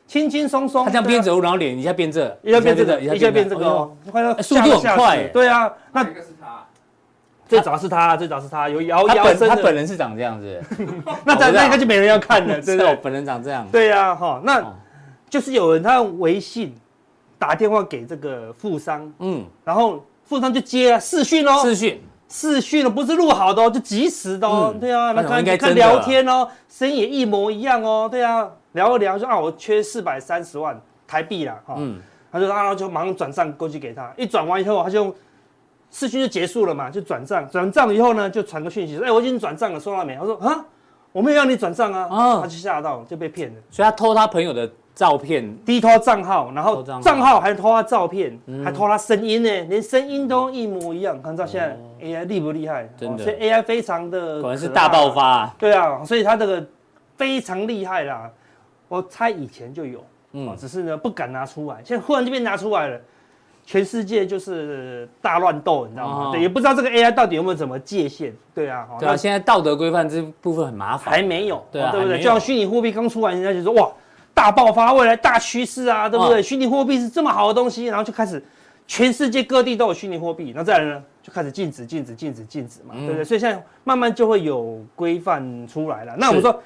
S3: 轻轻松松，
S2: 他这样
S3: 对啊
S2: 边走路，然后脸一下变这，
S3: 一下变这个，一下变这个
S2: 那
S3: 哦，快要
S2: 哎速度很
S3: 吓死
S2: 快
S3: 了
S2: 耶
S3: 对啊，那
S5: 一个是他，
S3: 最早是他，最早是他有哦摇
S2: 哦他
S3: 摇
S2: 本
S3: 身
S2: 他
S3: 的，
S2: 本人是长这样子，
S3: 那
S2: 我
S3: 咱
S2: 知道
S3: 那应该就没人要看 了，
S2: 是
S3: 对不
S2: 我
S3: 对？
S2: 本人长这样。
S3: 对呀，哈，
S2: 哦
S3: 那就是有人他用微信打电话给这个富商，
S2: 嗯，
S3: 然后富商就接啊，视讯哦，
S2: 视讯
S3: 视讯了，不是录好的哦，就即时的哦
S2: 嗯，
S3: 对啊，
S2: 那
S3: 那
S2: 种
S3: 看
S2: 应该
S3: 看
S2: 真的啊
S3: 聊天哦，声音也一模一样哦，对啊，聊一聊说啊，我缺四百三十万台币啦，哈，
S2: 嗯
S3: 他就说啊，然后就马上转账过去给他，一转完以后，他就用视讯就结束了嘛，就转账，转账以后呢，就传个讯息说，哎、我已经转账了，收到没？他说啊，我没有让你转账啊，
S2: 啊
S3: 他就吓到就被骗了，
S2: 所以他偷他朋友的照片，
S3: 低偷账号，然
S2: 偷
S3: 后
S2: 账号嗯
S3: 账号还偷他照片，还偷他声音呢，连声音都一模一样，看到现在 AI 厉不厉害？
S2: 嗯
S3: 哦
S2: 真的
S3: 所以 AI 非常的
S2: 果然是大爆发。啊。
S3: 对啊，所以他这个非常厉害啦。我猜以前就有，
S2: 嗯
S3: 嗯，只是呢不敢拿出来，现在忽然就被拿出来了，全世界就是大乱斗，你知道吗？
S2: 哦
S3: 对，也不知道这个 AI 到底有没有怎么界限。对啊，好
S2: 对啊，
S3: 那
S2: 现在道德规范这部分很麻烦，
S3: 还没有，
S2: 对啊
S3: 哦对
S2: 还
S3: 不
S2: 没有
S3: 对？就像虚拟货币刚出来，人家就说哇，大爆发，未来大趋势啊，对不对？
S2: 嗯
S3: 虚拟货币是这么好的东西，然后就开始全世界各地都有虚拟货币，然后再来呢就开始禁止、禁止、禁止、禁止嘛，
S2: 嗯
S3: 对不对？所以现在慢慢就会有规范出来了。那我们
S2: 是
S3: 说。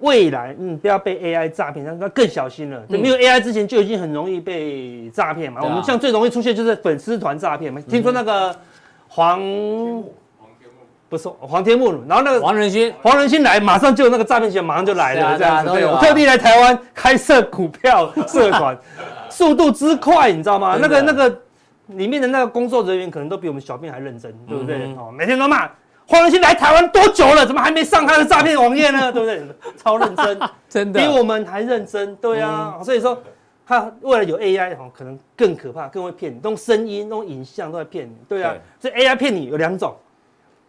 S3: 未来，嗯，不要被 AI 诈骗，那那更小心了。对，没有 AI 之前就已经很容易被诈骗嘛。
S2: 嗯对
S3: 我
S2: 啊嗯
S3: 们像最容易出现就是粉丝团诈骗嘛。听说那个黄不是黄天木，然后那个
S2: 王仁勋
S3: 黄仁勋来，马上就那个诈骗集团马上就来了，
S2: 是
S3: 这
S2: 啊
S3: 样
S2: 对啊都
S3: 子。对，
S2: 有啊
S3: 我特地来台湾开设股票社团，速度之快，你知道吗？那
S2: 真的
S3: 个那个里面的那个工作人员可能都比我们小编还认真，对不对？
S2: 嗯
S3: 哦，每天都骂黄仁勋来台湾多久了，怎么还没上他的诈骗网页呢？对不对？ 超认真，
S2: 真的嗯
S3: 比我们还认真，对啊。所以说，他未来有 AI 哦，可能更可怕，更会骗你，用声音、用影像都在骗你，对啊。所以 AI 骗你有两种，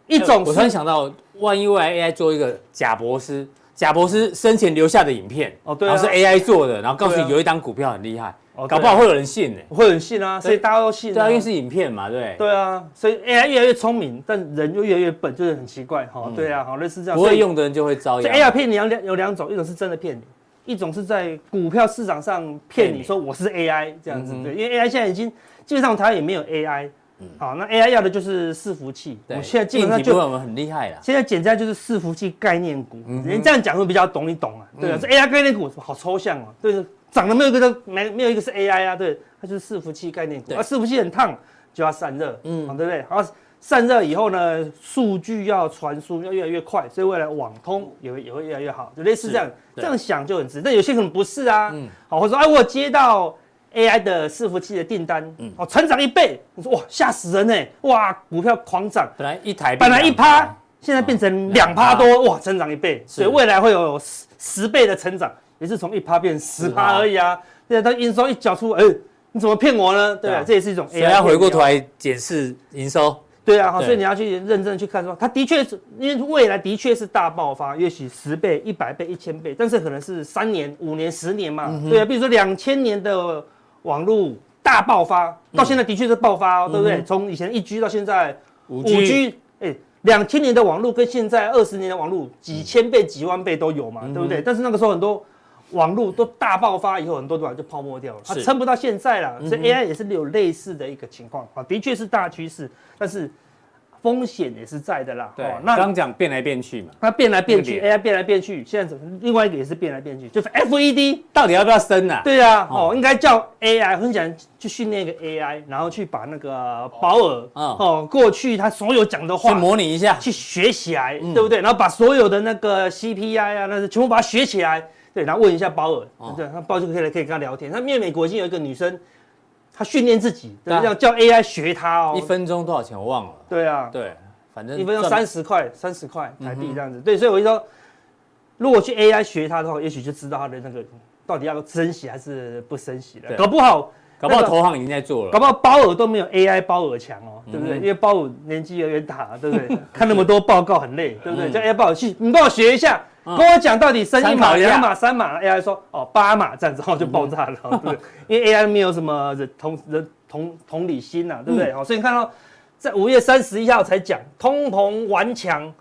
S3: 一种
S2: 哎我突然
S3: 是
S2: 想到，万一未来 AI 做一个假博士，假博士生前留下的影片，
S3: 哦对啊
S2: 然后是 AI 做的，然后告诉
S3: 对
S2: 你
S3: 啊
S2: 有一档股票很厉害，
S3: 哦对
S2: 搞
S3: 啊
S2: 不好会有人信呢。
S3: 会很信啊，所以大家都信、
S2: 对啊，因为是影片嘛，对。
S3: 对啊，所以 AI 越来越聪明，但人就越来越笨，就是很奇怪哈、对啊，好类似这
S2: 嗯
S3: 样。
S2: 不会
S3: 所以
S2: 用啊的人就会遭
S3: 所以哎 AI
S2: 殃。
S3: 骗你有两有两种，一种是真的骗你，一种是在股票市场上骗
S2: 骗你
S3: 你说我是 AI 这样
S2: 嗯
S3: 子。
S2: 哼嗯
S3: 对，因为 AI 现在已经基本上台湾也没有 AI。好，那 AI 要的就是伺服器，我
S2: 对，
S3: 们现在基本上
S2: 硬体部
S3: 就
S2: 分我们很厉害啦。
S3: 现在简单就是伺服器概念股，
S2: 嗯
S3: 人这样讲会比较懂，你懂啊？对啊，这 AI 概念股好抽象哦，对，涨的没有一个都没没有一个是 AI 啊，对，它就是伺服器概念股，
S2: 对
S3: 啊，伺服器很烫就要散热，
S2: 嗯
S3: 嗯，对不对？然后散热以后呢，数据要传输要越来越快，所以未来网通也会也会越来越好，就类似这样
S2: 是对
S3: 这样想就很值，但有些可能不是啊
S2: 嗯，
S3: 好，或者说哎，我接到。AI 的伺服器的订单，
S2: 嗯
S3: 哦，成长一倍，你说哇吓死人呢、哇股票狂涨，
S2: 本来一台币
S3: 本来一
S2: 两
S3: 趴，现在变成两趴多，哇，增长一倍，
S2: 哦是
S3: 所以未来会有十十倍的成长，也是从一趴变十趴而已啊。对啊，他营收一缴出，哎、你怎么骗我呢？对
S2: 对啊
S3: 啊，这也是一种
S2: 所
S3: AI
S2: 以要回过头
S3: 骗你
S2: 来检视营收。
S3: 哦。对啊，好，
S2: 对
S3: 所以你要去认真地去看说，它的确是，因为未来的确是大爆发，也许十倍、一百倍、一千倍，但是可能是三年、五年、十年嘛。
S2: 嗯
S3: 对啊，比如说两千年的网络大爆发，到现在的确是爆发、哦，
S2: 嗯
S3: 对不对？从以前一 G 到现在
S2: 五
S3: 五 G，哎，两千
S2: 嗯
S3: 年的网络跟现在二十年的网络，几千倍、几万倍都有嘛，对不对？但是那个时候很多网络都大爆发以后，很多地方就泡沫掉了，它
S2: 是嗯
S3: 撑不到现在了。所以 AI 也是有类似的一个情况啊，的确是大趋势，但是风险也是在的啦。
S2: 对
S3: 哦，
S2: 刚
S3: 那
S2: 刚讲变来变去嘛，
S3: 它变来变去
S2: 那个
S3: ，AI 变来变去，现在怎么另外一个也是变来变去，就是 FED。
S2: 到底要不要升啊？
S3: 对呀、啊，
S2: 哦
S3: 哦，应该叫 AI，很想去训练一个 AI，然后去把那个呃保尔
S2: 嗯
S3: 哦过去他所有讲的
S2: 去
S3: 话
S2: 模拟一下，
S3: 去学起来，
S2: 嗯
S3: 对不对？然后把所有的那个 CPI 啊，那是全部把它学起来，对，然后问一下鲍尔，
S2: 哦
S3: 对，那鲍尔就可以来可以跟他聊天。那因为美国已经有一个女生，她训练自己，
S2: 对
S3: 对
S2: 啊，
S3: 要叫 AI 学她哦
S2: 一，分钟多少钱我忘了，
S3: 对啊，
S2: 对，嗯反正
S3: 一分钟
S2: 赚
S3: 三十块，三十块台币这样子，对，所以我就说，如果去 AI 学她的话，也许就知道她的那个到底要升息还是不升息
S2: 对
S3: 了，搞不好。
S2: 搞不好
S3: 那个
S2: 投行已经在做了
S3: 搞。不好包尔都没有 AI 包尔强哦，对不对？因为包尔年纪有点大，对不对？ 看那么多报告很累，对不对？叫 AI 包尔去，你帮我学一下，跟我讲到底升一
S2: 参考
S3: 码、
S2: 一下
S3: 两码、嗯三码，AI 说哦八码这样子，然后就爆 炸了，对不对？因为 AI 没有什么人同人同同理心呐，对不对？哦，所以你看到在五月三十一号才讲通膨顽强，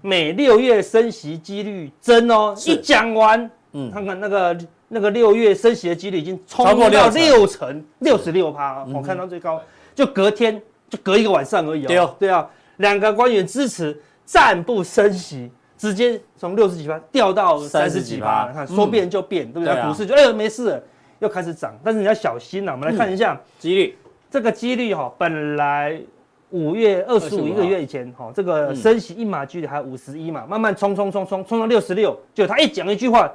S3: 每六月升息几率增哦，一讲完，
S2: 嗯
S3: 嗯，看看那个那个六月升息的几率已经冲
S2: 超过
S3: 到
S2: 60%
S3: 六成，六十六趴，我看到最高，就隔天就隔一个晚上而已
S2: 对哦
S3: 哦，对啊，两个官员支持暂不升息。直接从六十几趴掉到三十几趴，
S2: 30%
S3: 你看说变就变，对不
S2: 对
S3: 对？
S2: 啊
S3: 股市就哎呦没事了，又开始涨，但是你要小心啊了。我们来看一下，
S2: 几率
S3: 这个几率哈、本来五月二十
S2: 25
S3: 五一个月以前哈、
S2: 嗯
S3: 这个升息一码距离还五十一嘛，慢慢冲冲冲冲冲到六十六，就他一讲一句话。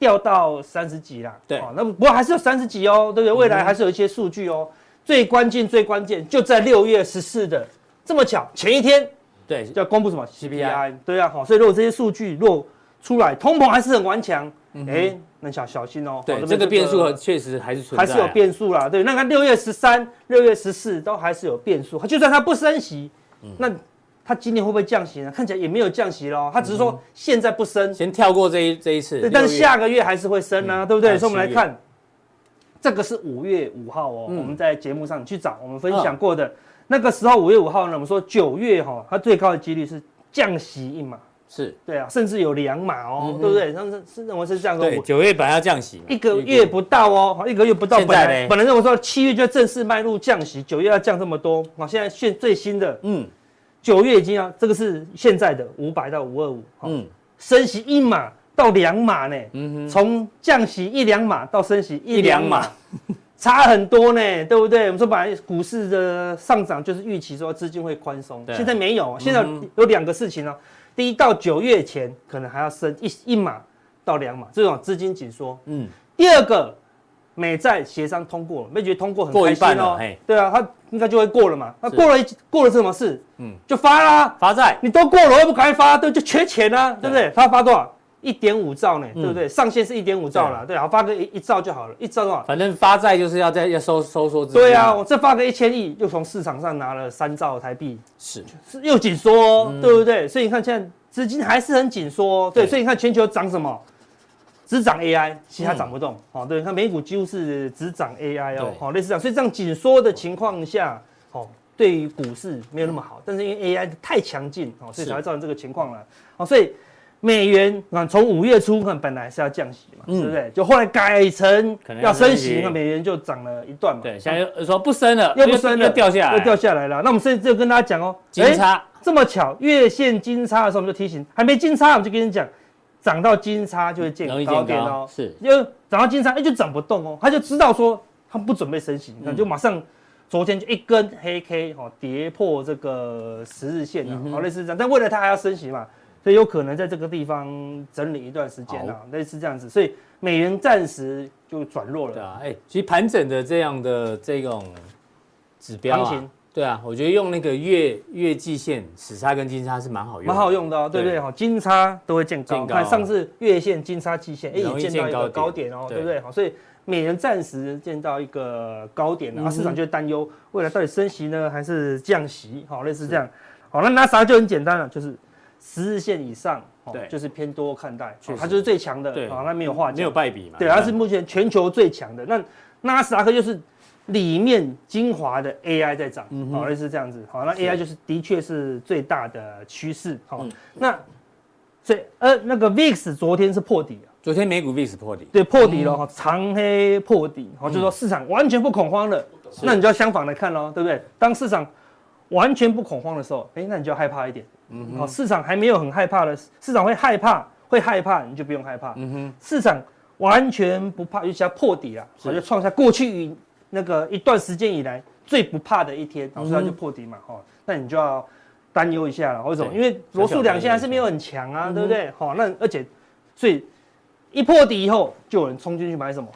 S3: 掉到三十几啦，
S2: 对
S3: 哦那不过还是有三十几哦，对不对？未来还是有一些数据哦。最关键、最关键就在六月十四的，这么巧，前一天
S2: 对，
S3: 要公布什么
S2: CPI
S3: CPI？对啊，好，所以如果这些数据若出来，通膨还是很顽强，哎，那小小心哦。
S2: 嗯对
S3: 好
S2: 这个变数确实还是存在
S3: 还
S2: 啊，
S3: 是有变数啦。对，那看六月十三、六月十四都还是有变数。就算它不升息，
S2: 嗯
S3: 那它今年会不会降息呢？看起来也没有降息咯，它
S2: 嗯
S3: 只是说现在不升，
S2: 先跳过这一这一次
S3: 对，，但是
S2: 六月
S3: 下个月还是会升啊，对不
S2: 还
S3: 对？
S2: 有
S3: 所以我们来
S2: 七月嗯
S3: 看，这个是五月五号哦，我们在节目上去找我们分
S2: 啊
S3: 享过的。那个时候五月五号呢，我们说九月哈、它最高的几率是降息一码，
S2: 是
S3: 对啊，甚至有两码哦，对不对？上次是认为是这样
S2: 嗯
S3: 说，
S2: 对九月本来要降息嘛，
S3: 一个月不到哦，一个月不到。
S2: 现
S3: 本
S2: 在
S3: 来
S2: 嘞
S3: 本来我说七月就正式迈入降息，九月要降这么多，好，现在现最新的
S2: 嗯
S3: 九月已经要，这个是现在的五百到五二五，嗯，
S2: 嗯，
S3: 升息一码到两码呢，从降息一两码到升息一两
S2: 一
S3: 码
S2: 两，
S3: 差很多呢，对不对？我们说本来股市的上涨就是预期说资金会宽松，
S2: 对
S3: 现在没有，现在有两个事情哦，第一到九月前可能还要升一一码到两码，这种资金紧缩，
S2: 嗯，
S3: 第二个，美债协商通过了，美觉得通过很
S2: 过一
S3: 开
S2: 半
S3: 心
S2: 了
S3: 哦
S2: 嘿。
S3: 对啊，他应该就会过了嘛。那
S2: 是
S3: 过了一过了是什么事？
S2: 嗯
S3: 嗯，就发啦。
S2: 发债
S3: 你都过了，又不赶快发，对，就缺钱啊，对不
S2: 对
S3: 对？他发多少？一点五兆呢，
S2: 嗯
S3: 对不对？上限是一点五兆啦，对啊，发个一一兆就好了，一兆多少？
S2: 反正发债就是要再要收收缩资金
S3: 对啊，我这发个一千亿，又从市场上拿了三兆台币，
S2: 是
S3: 是又紧缩、哦，对不对？所以你看现在资金还是很紧缩、哦，对，
S2: 嗯对
S3: 所以你看全球涨什么？只涨 AI，其他涨不动。好、哦，对，你看美股几乎是只涨 AI 哦
S2: 嗯对，
S3: 好、类似这样。所以这样紧缩的情况下，哦，对于股市没有那么好，但是因为 AI 太强劲，哦，所
S2: 嗯
S3: 以
S2: 是
S3: 才会造成这个情况来。好、所以美元啊，从五月初看本来是要降息嘛，
S2: 嗯
S3: 对不对？就后来改成
S2: 可能要
S3: 要升
S2: 升息
S3: 息，那美元就涨了一段嘛。哦
S2: 对，现在又说不升了，
S3: 又不升了，
S2: 又掉下来，
S3: 又掉下来了。那我们甚至就跟大家讲哦，
S2: 金叉
S3: 诶这么巧，月线金叉的时候，我们就提醒，还没金叉，我们就跟你讲，涨到金叉就会见
S2: 容易
S3: 高
S2: 见
S3: 点
S2: 高
S3: 哦，
S2: 是
S3: 因为涨到金叉，哎，就涨不动哦，他就知道说他不准备升息，那就马上。昨天就一根黑 K 哦，跌破这个十日线
S2: 嗯
S3: 啊，好类似这样，但未来它还要升息嘛，所以有可能在这个地方整理一段时间啊，类似这样子，所以美元暂时就转弱
S2: 对
S3: 了。
S2: 啊，哎，其实盘整的这样的这种指标
S3: 行
S2: 啊
S3: 情，
S2: 对啊，我觉得用那个月月季线死叉跟金叉是蛮好用的，
S3: 蛮好用的哦，对不对？哈，金叉都会见高，
S2: 见高
S3: 看上次月线、金叉、季线，哎，
S2: 容易
S3: 也见到一个
S2: 见高
S3: 高
S2: 点
S3: 点哦，
S2: 对
S3: 对不对？好，所以美元暂时见到一个高点
S2: 嗯
S3: 了，啊市场就会担忧未来到底升息呢，还是降息？好，类似这样。好，那 NASA 就很简单了，就是十日线以上，哦
S2: 对
S3: 就是偏多看待，
S2: 确
S3: 哦
S2: 实
S3: 它就是最强的
S2: 对，
S3: 好，那没有话
S2: 没
S3: 讲
S2: 有。败笔嘛，
S3: 对，它是目前全球最强的。那纳斯达克就是里面精华的 AI 在涨，好、嗯类似这样子。好，那 AI 就是的确是最大的趋势。好、那所以呃那个 VIX 昨天是破底了。
S2: 昨天美股 VIX 破底，
S3: 对，破底了哈，长黑破底，哈，就是说市场完全不恐慌了，那你就要相反来看喽，对不对？当市场完全不恐慌的时候，哎，那你就要害怕一点，好，市场还没有很害怕的，市场会害怕，会害怕，你就不用害怕，市场完全不怕，尤其它破底啊，我就创下过去一那个一段时间以来最不怕的一天，哦好所以它就破底嘛，哈，那你就要担忧一下了，为什么？
S2: 对
S3: 因为罗素两线还是没有很强啊，对不对？好，那而且所以。一破底以后，就有人冲进去买什么？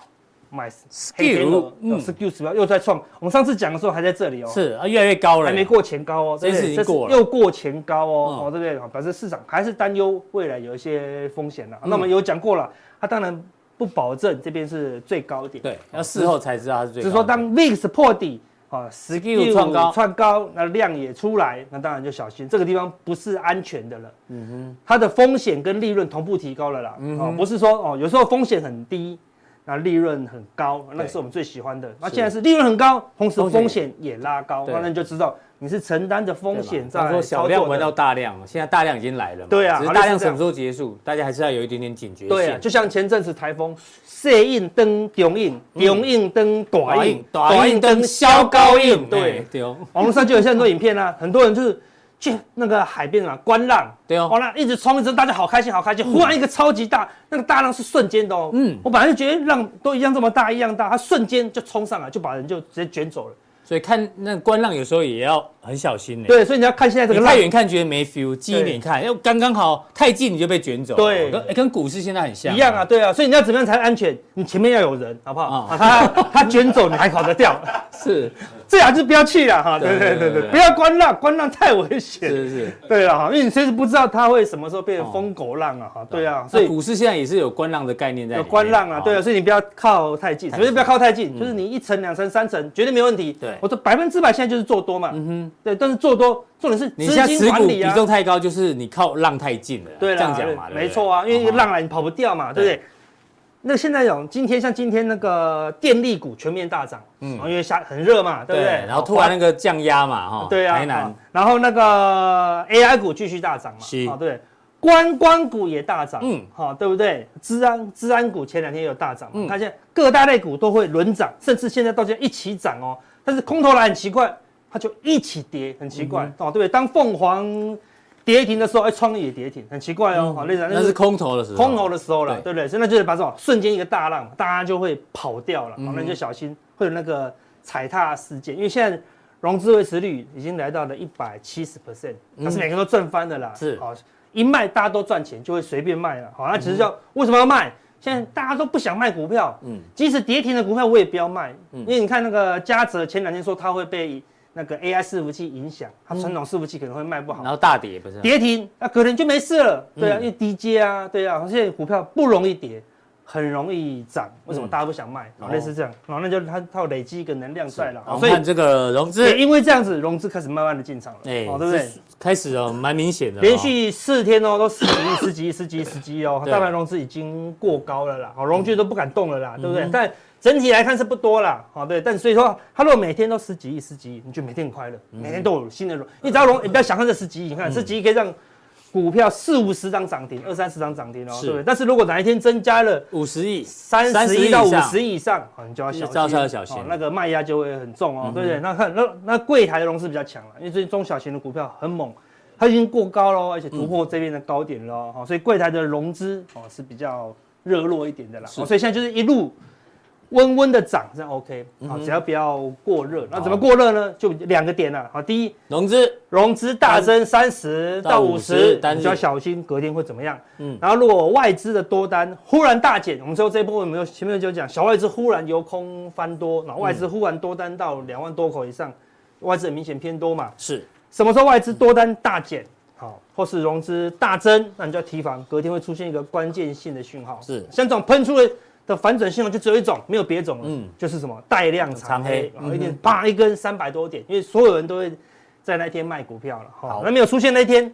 S3: 买黑天鹅、
S2: 嗯
S3: s k i l 指标又在创。我们上次讲的时候还在这里哦，
S2: 是啊，越来越高了，
S3: 还没过前高哦，
S2: 这次
S3: 对不对
S2: 已经过了
S3: 这次又过前高哦，
S2: 嗯
S3: 哦，对不对？好表示市场还是担忧未来有一些风险
S2: 嗯
S3: 啦。那我们有讲过了，它当然不保证这边是最高点，
S2: 对，要事后才知道它是最
S3: 只
S2: 高的。
S3: 是说当 VIX 破底啊 s k
S2: Skew 创高
S3: 创高，那量也出来，那当然就小心，这个地方不是安全的了。嗯哼，它的风险跟利润同步提高了啦。
S2: 嗯
S3: 哦，不是说哦，有时候风险很低。那利润很高，那
S2: 对
S3: 个是我们最喜欢的。那既然是利润很高，同时
S2: 风险
S3: 风险也拉高，
S2: 对
S3: 那你就知道你是承担着风险在
S2: 他说小
S3: 操
S2: 量
S3: 作
S2: 玩
S3: 的
S2: 到大量了，现在大量已经来了嘛。
S3: 对啊
S2: 只是
S3: 好
S2: 大
S3: 类似
S2: 量
S3: 这
S2: 什
S3: 样
S2: 么时候结束，大家还是要有一点点警觉性。
S3: 对啊，就像前阵子台风，射印登中印，中印登哎短印，
S2: 短印灯消高印，哎
S3: 对，
S2: 对哦，
S3: 网络上就有很多影片啊，很多人就是去那个海边啊观浪，
S2: 对哦
S3: 哦，那一直冲一直冲，大家好开心好开心，忽然一个超级大，那个大浪是瞬间的哦，嗯，我本来就觉得浪都一样这么大一样大，它瞬间就冲上来，就把人就直接卷走了，
S2: 所以看那观浪有时候也要很小心呢。，
S3: 对，所以你要看现在这
S2: 你
S3: 个
S2: 太
S3: 浪，
S2: 远看觉得没 feel，近一点看，要刚刚好，太近你就被卷走了。
S3: 对
S2: 跟哎跟股市现在很像
S3: 一样啊，。对啊，所以你要怎么样才安全？你前面要有人，好不好？
S2: 啊
S3: 啊、他他卷走你还跑得掉，
S2: 是
S3: 最好就不要去啊了 哈，
S2: 对
S3: 对
S2: 对
S3: 对对
S2: 对对
S3: 对，不要观浪，观浪太危险。
S2: 是哦是，
S3: 对啊，哈因为你随时不知道它会什么时候变成疯狗浪啊，哈，对啊，所
S2: 那
S3: 以
S2: 股市现在也是有观浪的概念在里
S3: 有
S2: 面。
S3: 观浪啊，对啊，所以你不要靠太近，
S2: 哦太
S3: 绝
S2: 近嗯
S3: 对不要靠太近，就是你一层、两层、三层绝对没问题。
S2: 对
S3: 我说百分之百现在就是做多嘛，嗯哼，对，但是做多重点是
S2: 你现在
S3: 资金
S2: 持
S3: 管
S2: 股
S3: 理
S2: 比
S3: 啊，
S2: 重太高，就是你靠浪太近了。
S3: 对
S2: 这
S3: 啦
S2: 样讲嘛，
S3: 对
S2: 对不哦对
S3: 没错啊，因为一个浪来你跑不掉嘛，对不对？那现在有今天像今天那个电力股全面大涨，嗯，因为下很热嘛，对不哦对？
S2: 然后突然那个降压嘛，哈，
S3: 对啊，
S2: 台南
S3: 啊然后那个 AI 股继续大涨嘛，
S2: 是
S3: 啊，对，观光股也大涨，
S2: 嗯
S3: 嗯，好，对不对？治安治安股前两天也有大涨嘛，
S2: 嗯
S3: 看现在各大类股都会轮涨，甚至现在到现在一起涨哦，但是空头来很奇怪，它就一起跌，很奇
S2: 嗯
S3: 怪，哦，对不对？当凤凰跌停的时候，哎，创意也跌停，很奇怪哦，好，类似
S2: 嗯那是空头的时候，
S3: 空头的时候了，
S2: 对
S3: 对不对？所以那就是把这种瞬间一个大浪，大家就会跑掉
S2: 嗯
S3: 了，哦好那你就小心会有那个踩踏事件，因为现在融资维持率已经来到了一百七十 percent，但是每个人都赚翻的啦，
S2: 嗯是
S3: 好一卖大家都赚钱，就会随便卖了，好，哦那只是叫、
S2: 嗯
S3: 为什么要卖？现在大家都不想卖股票，嗯，即使跌停的股票我也不要卖，
S2: 嗯
S3: 因为你看那个嘉泽前两天说他会被那个 AI 伺服器影响，他传统伺服器可能会卖不好
S2: 然，后大跌不是？
S3: 跌停，那可能就没事了。对
S2: 嗯
S3: 啊，因为低阶啊，对啊，现在股票不容易跌，很容易涨。为什么大家不想卖？
S2: 哦
S3: 类似这样，然后那就它它有累积一个能量在了
S2: 好，我们
S3: 所以
S2: 哦看这个融资，
S3: 也因为这样子，融资开始慢慢的进场了，
S2: 哎
S3: 哦，对不对？
S2: 是开始哦，蛮明显的哦，
S3: 连续四天哦，都十几亿、十几亿、十几亿、十几亿哦，
S2: 对
S3: 大盘融资已经过高了啦，好，哦融券都不敢动了
S2: 嗯
S3: 啦，对不对？但整体来看是不多啦，好，对，但所以说，它如果每天都十几亿、十几亿，你就每天很快乐，
S2: 嗯
S3: 每天都有新的融，你只要融，你不要小看这十几亿，你看十几亿可以让股票四五十张涨停，二三十张涨停哦，
S2: 是
S3: 对不对？但是如果哪一天增加了
S2: 五十亿，
S3: 三十亿到
S2: 以
S3: 五
S2: 上
S3: 十亿以上，好，你就要小
S2: 就要
S3: 心，
S2: 稍微小心嗯
S3: 哦那个卖压就会很重哦，对不对？那看那那柜台的融资比较强了，因为最近中小型的股票很猛，它已经过高哦喽，而且突破这边的高点
S2: 嗯
S3: 喽，哈、所以柜台的融资哦是比较热络一点的啦，
S2: 是
S3: 哦，所以现在就是一路温温的涨，这样 OK，好、
S2: 嗯
S3: 只要不要过热。那怎么过热呢？就两个点啦，好，第一，
S2: 融资
S3: 融资大增三十
S2: 到
S3: 到五十，
S2: 单日
S3: 你就要小心隔天会怎么样。
S2: 嗯
S3: 嗯，然后如果外资的多单忽然大减，我们说这一波我们有前面就讲，小外资忽然由空翻多，然后外资忽然多单到两万多口以上，外资很明显偏多嘛。
S2: 是
S3: 什么时候外资多单大减，好，或是融资大增，那你就要提防，隔天会出现一个关键性的讯号。
S2: 是
S3: 像这种喷出的的反转信号就只有一种，没有别种了，
S2: 嗯
S3: 就是什么带量长黑，
S2: 长黑
S3: 啊一定啪一根三百多点，因为所有人都会在那天卖股票了。
S2: 好
S3: 好，那没有出现那一天，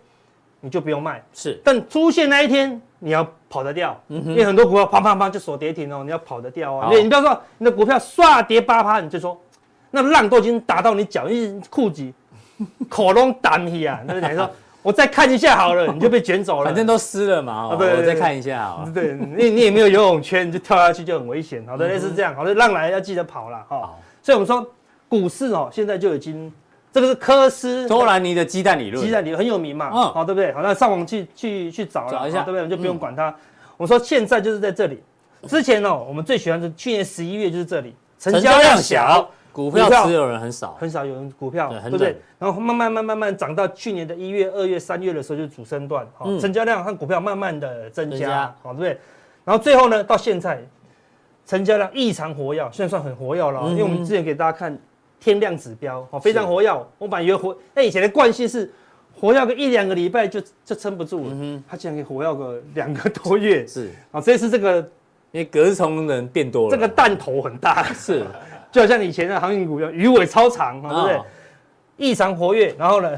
S3: 你就不用卖。
S2: 是
S3: 但出现那一天，你要跑得掉，因为很多股票砰砰砰就锁跌停哦，你要跑得掉哦。
S2: 嗯好
S3: 你你不要说你的股票唰跌八趴，你就说 那浪都已经打到你脚，因为裤子口拢打你啊，对不对？你说 我我再看一下好了，你就被卷走了。
S2: 反正都湿了嘛，哦
S3: 啊对对嗯
S2: 我再
S3: 对
S2: 看一下啊。
S3: 对，你你也没有游泳圈，你就跳下去就很危险。好的，类似这样，好的，浪来要记得跑了哈
S2: 嗯好。
S3: 所以我们说股市哦，现在就已经这个是科斯
S2: 周兰尼的鸡蛋理论，
S3: 鸡蛋里很有名嘛，
S2: 嗯
S3: 好对不对？好，那上网去去去找了，
S2: 找一下嗯
S3: 好对不对？我们就不用管它。我说现在就是在这里，之前哦，我们最喜欢的去年十一月就是这里，成交量小，，
S2: 股票
S3: 股票
S2: 持有人很少，
S3: 很少有人股票，
S2: 对很
S3: 对不对
S2: 冷？
S3: 然后慢慢慢慢慢涨到去年的一月、二月、三月的时候，就是主升段，哈、
S2: 嗯
S3: 成交量和股票慢慢的增
S2: 增加
S3: 加，好，对不对？然后最后呢，到现在成交量异常活跃，现在算很活跃了哦、
S2: 嗯
S3: 因为我们之前给大家看天量指标，哦，非常活跃。我本来以为活，那以前的惯性是活跃个一两个礼拜就就撑不住了，它竟然可以活跃个两个多月，
S2: 是
S3: 啊，这次这个
S2: 因为隔日冲人变多了。
S3: 这个弹头很大，
S2: 是
S3: 就好像以前的航运股一样，鱼尾超长，哦对不对？
S2: 啊
S3: 异常活跃，然后呢，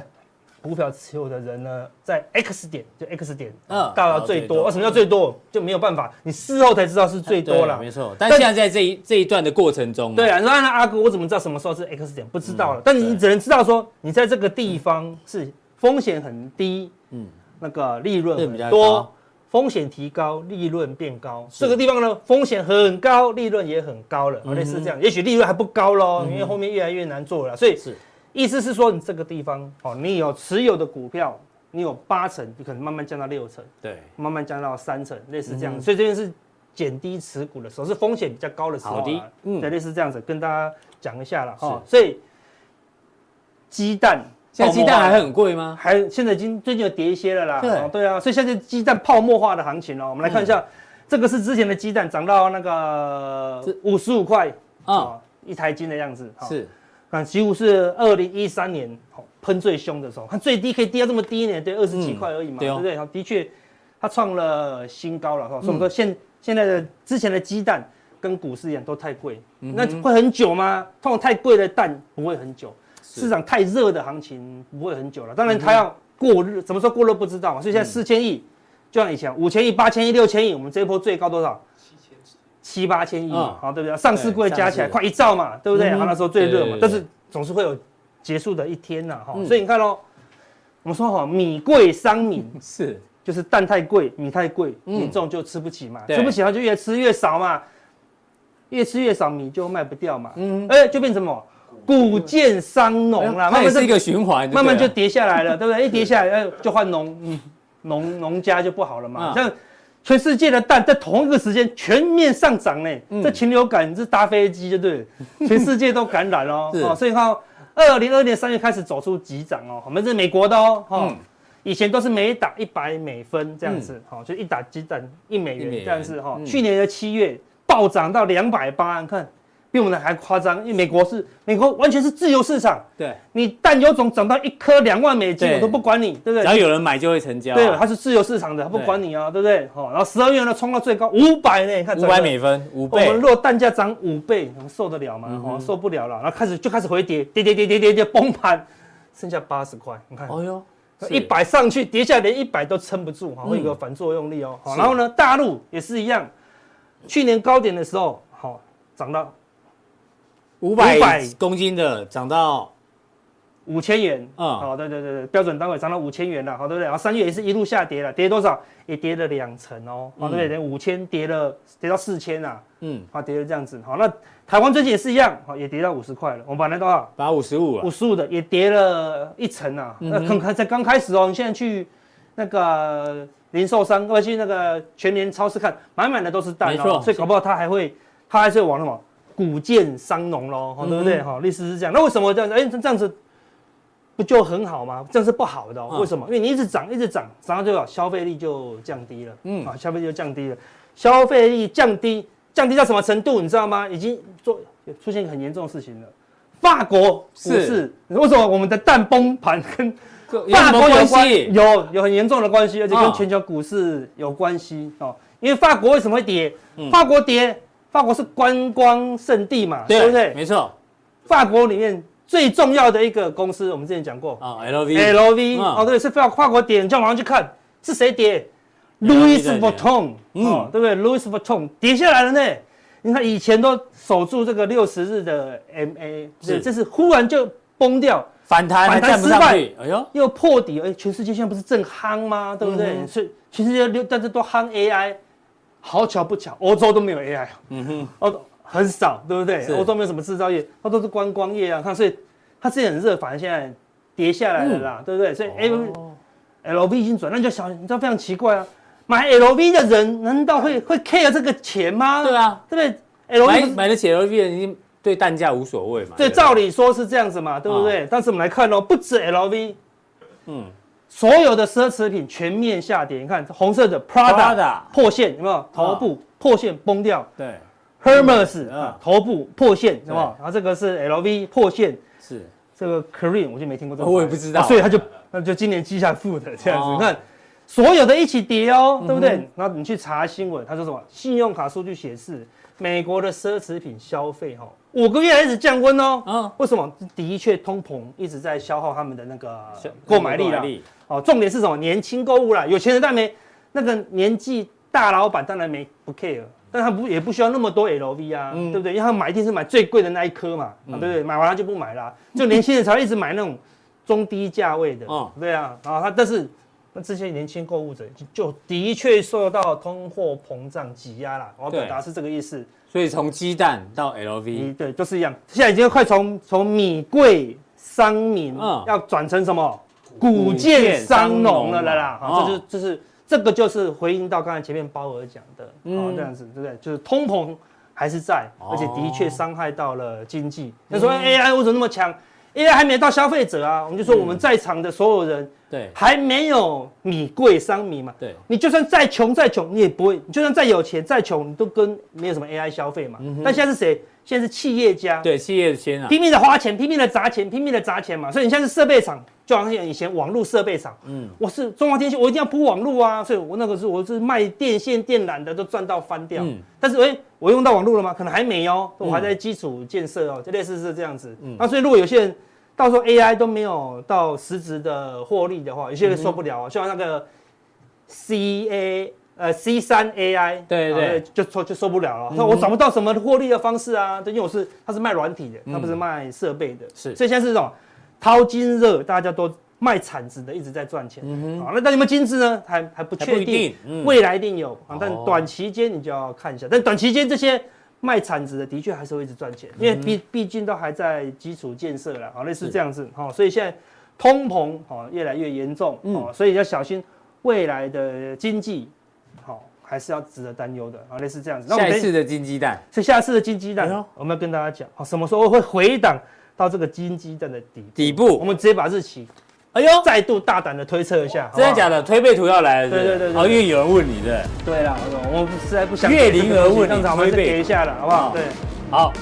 S3: 股票持有的人呢，在 X 点就 X 点，
S2: 嗯
S3: 嗯，到达最
S2: 到最
S3: 多。
S2: 多
S3: 啊，什么叫最多？就没有办法，你事后才知道是最多了
S2: 对。没错。但
S3: 但
S2: 现在在这一这一段的过程中，
S3: 对，啊，你说按照阿哥，我怎么知道什么时候是 X 点？不知道了。但你
S2: 嗯对嗯
S3: 只能知道说，你在这个地方是风险很低，嗯，那个利润
S2: 对比较
S3: 很多
S2: 高，
S3: 风险提高，利润变高。这个地方呢，风险很高，利润也很高了，
S2: 嗯
S3: 啊类似这样。也许利润还不高喽，因为后面越来越难做了，所以
S2: 是
S3: 意思是说，你这个地方哦，你有持有的股票，你有八成，你可能慢慢降到六成，
S2: 对。
S3: 慢慢降到三成，类似这
S2: 嗯
S3: 样。所以这边是减低持股的时候，是风险比较高的时候、
S2: 好的
S3: 啊，
S2: 嗯
S3: 对，类似这样子跟大家讲一下了哈、哦。
S2: 是
S3: 所以鸡蛋
S2: 现在鸡蛋还
S3: 很。
S2: 很贵吗？
S3: 还现在已经最近有跌一些了啦。
S2: 对
S3: 哦对啊，所以现在鸡蛋泡沫化的行情哦，我们来
S2: 嗯
S3: 看一下，这个是之前的鸡蛋涨到那个
S2: 这
S3: 五十五块
S2: 嗯
S3: 啊，一台斤的样子。哦
S2: 是
S3: 啊，几乎是二零一三年哦喷最凶的时候，它最低可以低到这么低呢，对，二十几
S2: 嗯
S3: 块而已嘛，
S2: 对
S3: 对
S2: 哦
S3: 不对？然后的确，它创了新高了，哈所以我们
S2: 嗯
S3: 说现现在的之前的鸡蛋跟股市一样都太贵，
S2: 嗯
S3: 那会很久吗？通常太贵的蛋不会很久，市场太热的行情不会很久了。当
S2: 嗯
S3: 然它要过热，怎么说过热不知道嘛，所以现在四千亿，就像以前五千亿、八千亿、六千亿，我们这一波最高多少？七八千亿嘛
S2: 嗯，
S3: 好对不对？上市柜
S2: 对
S3: 加起来
S2: 上市
S3: 快一兆嘛，对不对？
S2: 嗯哼
S3: 好那时候最热
S2: 对
S3: 嘛
S2: 对对，
S3: 但是总是会有结束的一天呐，哈
S2: 嗯。
S3: 所以你看喽，我们说哈，米贵伤 民，
S2: 是，
S3: 就是蛋太贵，米太贵，
S2: 嗯
S3: 民众就吃不起嘛，
S2: 对
S3: 吃不起他就越吃越少嘛，越吃越少米就卖不掉嘛，
S2: 嗯哎
S3: 嗯，哎，就变成什么谷贱伤农啦，
S2: 它
S3: 慢
S2: 也
S3: 慢
S2: 是
S3: 这
S2: 一个循环，对
S3: 慢慢
S2: 了
S3: 就跌下 来了，对不对？一跌下来，哎，就换农，嗯，农农家就不好了嘛
S2: 啊。
S3: 像全世界的蛋在同一个时间全面上涨呢，
S2: 嗯
S3: 这禽流感是搭飞机，就对了，全世界都感染哦。
S2: 是
S3: 哦，所以看二零二年三月开始走出急涨哦，我们是美国的哦，哦
S2: 嗯，
S3: 以前都是每打一百美分这样子，哦，就一打鸡蛋一美
S2: 一美
S3: 元
S2: 元
S3: 这样子哈哦
S2: 嗯。
S3: 去年的七月暴涨到两百八，你看比我们的还夸张，因为美国是美国完全是自由市场。
S2: 对，
S3: 你蛋有种涨到一颗两万美金，
S2: 对
S3: 我都不管你，对不
S2: 只
S3: 对？
S2: 要有人买就会成交啊，
S3: 对，它是自由市场的，它不
S2: 对
S3: 管你啊，对不对？好、然后十二月呢冲到最高五百呢，你看
S2: 五百，美分五
S3: 整个我
S2: 倍
S3: 们，若蛋价涨五倍，我们受得了吗？
S2: 嗯
S3: 哦，受不了了，然后开始就开始回跌，跌跌跌跌跌跌崩盘，剩下八十块，你看
S2: 哦哟，
S3: 一百上去跌下来连一百都撑不住，哈，
S2: 嗯
S3: 会有个反作用力哦。好，然后呢，大陆也是一样，去年高点的时候，好、涨到
S2: 五百
S3: 500
S2: 公斤的涨到
S3: 五千元
S2: 嗯
S3: 啊，好、对对对对，标准单位涨到五千元了，好，哦对不对？然后三月也是一路下跌了，跌多少？也跌了两成哦，好、对不对？连五千跌了，跌到四千啊，
S2: 嗯，
S3: 好，跌了这样子，好，那台湾最近也是一样，好，也跌到五十块了，我们本来多少？
S2: 把五十五
S3: 五
S2: 了，
S3: 十五的也跌了一层啊，
S2: 嗯
S3: 那刚开才刚开始哦，你现在去那个零售商，或者去那个全联超市看，满满的都是蛋
S2: 没错
S3: 哦，所以搞不好它还会，它还是会往什么谷贱伤农喽，哦对
S2: 嗯
S3: 不对？哈、类似是这样。那为什么这样子？哎，这样子不就很好吗？这样是不好的、哦，
S2: 嗯
S3: 为什么？因为你一直涨，一直涨，涨到最后消费力就降低了，
S2: 嗯
S3: 嗯，啊，消费力就降低了，消费力降低，降低到什么程度？你知道吗？已经做出现一个很严重的事情了。法国股
S2: 是
S3: 市为什么我们的蛋崩盘 跟
S2: 有
S3: 法
S2: 什么
S3: 国有
S2: 关
S3: 关
S2: 系？
S3: 有有很严重的关系，而且
S2: 啊
S3: 跟全球股市有关系哦。因为法国为什么会跌？
S2: 嗯
S3: 法国跌，法国是观光圣地嘛，对不对？
S2: 没错
S3: 法国里面最重要的一个公司，我们之前讲过
S2: 啊，LV
S3: ，LV
S2: 嗯
S3: 哦，对，是法法国跌，你叫马上去看是谁跌
S2: LV
S3: ，Louis
S2: 在跌
S3: Vuitton，哦
S2: 嗯，
S3: 对不对？Louis Vuitton 跌下来了呢。你看以前都守住这个六十日的 MA，
S2: 是
S3: 对，这是忽然就崩掉，
S2: 反弹还
S3: 反弹
S2: 站不上去，哎呦，
S3: 又破底，哎，全世界现在不是正夯吗？对
S2: 嗯
S3: 不对？所以全世界六，但是都夯 AI，好巧不巧，欧洲都没有 AI，嗯哼，欧很少，对不对
S2: 是？
S3: 欧洲没有什么制造业，它都是观光业啊，看，所以它之前很热，反而现在跌下来了啦，
S2: 嗯
S3: 对不对？
S2: 哦
S3: 所以 L、LV 已经转，那你就想，你知道非常奇怪啊，买 LV 的人难道会会 care 这个钱吗？
S2: 嗯对啊，
S3: 对不对？LV
S2: 买
S3: 不是
S2: 买得起 LV 的人已经对蛋价无所谓嘛。
S3: 对，
S2: 不
S3: 照理说是这样子嘛，对不对？但是我们来看哦，不止 LV，嗯，所有的奢侈品全面下跌。你看红色的 Prada,
S2: Prada
S3: 破线，有没有？头部、破线崩掉
S2: 对
S3: ，Hermes、
S2: 嗯
S3: 啊头部破线，有没有
S2: 对？
S3: 然后这个是 LV 破线，
S2: 是，哦
S3: 这个 Korean 我就没听过这个牌子，
S2: 我也不知道
S3: 啊所以他就那就今年记下负的这样子。
S2: 哦嗯
S3: 你看，所有的一起跌哦，对不对？然后你去查新闻，他说什么？信用卡数据显示，美国的奢侈品消费哈、哦，五个月开始降温哦。
S2: 嗯
S3: 为什么？的确，通膨一直在消耗他们的那个购买力啦。哦，重点是什么？年轻购物啦，有钱人但没那个年纪大老板当然没不 care，但他不也不需要那么多 LV 啊，
S2: 嗯
S3: 对不对？因为他买一定是买最贵的那一颗嘛，啊对不对？买完他就不买啦，就年轻人才会一直买那种中低价位的，
S2: 哦
S3: 对啊，然后他但是。那这些年轻购物者就就的确受到通货膨胀挤压啦，我要表
S2: 对
S3: 达是这个意思。
S2: 所以从鸡蛋到
S3: 你
S2: LV，
S3: 对，就是一样。现在已经快从从米贵商民、
S2: 嗯
S3: 要转成什么古建商农了了啦。
S2: 古建商农
S3: 好，
S2: 哦
S3: 这就是就是这个就是回应到刚才前面包尔讲的，哦
S2: 嗯
S3: 这样子对不对？就是通膨还是在，
S2: 哦
S3: 而且的确伤害到了经济。那说哎 AI 为什么那么强？AI 还没到消费者啊，我们就说我们在场的所有人
S2: 对
S3: 还没有米贵商民嘛。
S2: 对，
S3: 你就算再穷再穷，你也不会；你就算再有钱再穷，你都跟没有什么 AI 消费嘛。但现在是谁？现在是企业家，
S2: 嗯对，企业先啊，
S3: 拼命的花钱，拼命的砸钱，拼命的砸钱嘛。所以你现在是设备厂，就好像以前网络设备厂，嗯，我是中华电信，我一定要铺网络啊。所以我那个时候我是卖电线电缆的，都赚到翻掉。
S2: 嗯
S3: 但是哎、我用到网络了吗？可能还没哦，我还在基础建设哦，就类似是这样子。
S2: 嗯
S3: 那所以如果有些人到时候 AI 都没有到实质的获利的话，有些人受不了、
S2: 嗯
S3: 哦，像那个 CA。呃，C 三 AI，
S2: 对对嗯
S3: 啊就受就受不了了。那、我找不到什么获利的方式啊，对因为我是它是卖软体的，它不是卖设备的，
S2: 嗯是
S3: 所以现在是这种淘金热，大家都卖产值的，一直在赚钱。好，那但有没有金子呢？还还不
S2: 嗯还
S3: 确
S2: 不一
S3: 定
S2: 定，嗯
S3: 未来一定有啊，但
S2: 哦
S3: 短期间你就要看一下。但短期间这些卖产值的的确还是会一直赚钱，因为毕毕竟都还在基础建设了，好，类
S2: 嗯
S3: 似
S2: 是
S3: 这样子，好，所以现在通膨哦越来越严重，
S2: 嗯
S3: 哦，所以要小心未来的经济，好，还是要值得担忧的，啊，类似这样子。
S2: 下
S3: 们嗯
S2: 一次的金鸡蛋，
S3: 所以下次的金鸡蛋
S2: 哎呦，
S3: 我们要跟大家讲，好，什么时候会回档到这个金鸡蛋的底部
S2: 底部
S3: 我们直接把日期
S2: 哎呦，
S3: 再度大胆的推测一下，好不
S2: 真
S3: 好
S2: 的假？的？推背图要来了，是不是
S3: 对对对对
S2: 哦，因为有人问你的，
S3: 对啦，我们实在不想
S2: 越龄而问
S3: 这样子我们还是
S2: 推背
S3: 给一下了，好不好
S2: 哦？
S3: 对
S2: 好，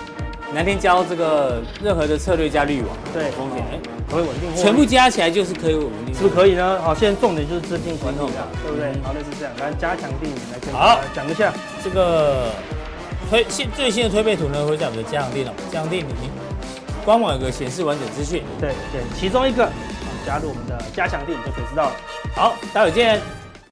S2: 那天教这个任何的策略加滤网
S3: 对，
S2: 风险，哎
S3: 可以稳定获利啊
S2: 全部加起来就是可以稳定
S3: 是不是可以呢？好，现在重点就是资金管理
S2: 管
S3: 啦，对不对
S2: 嗯？
S3: 好，类似这样，来加强定来跟
S2: 好
S3: 大家讲一下。
S2: 这个推现最新的推背图呢，会在我们的家长电脑家长店里面官网有个显示完整资讯。
S3: 对对，其中一个好加入我们的加强定，你就可以知道了。
S2: 好，待会见。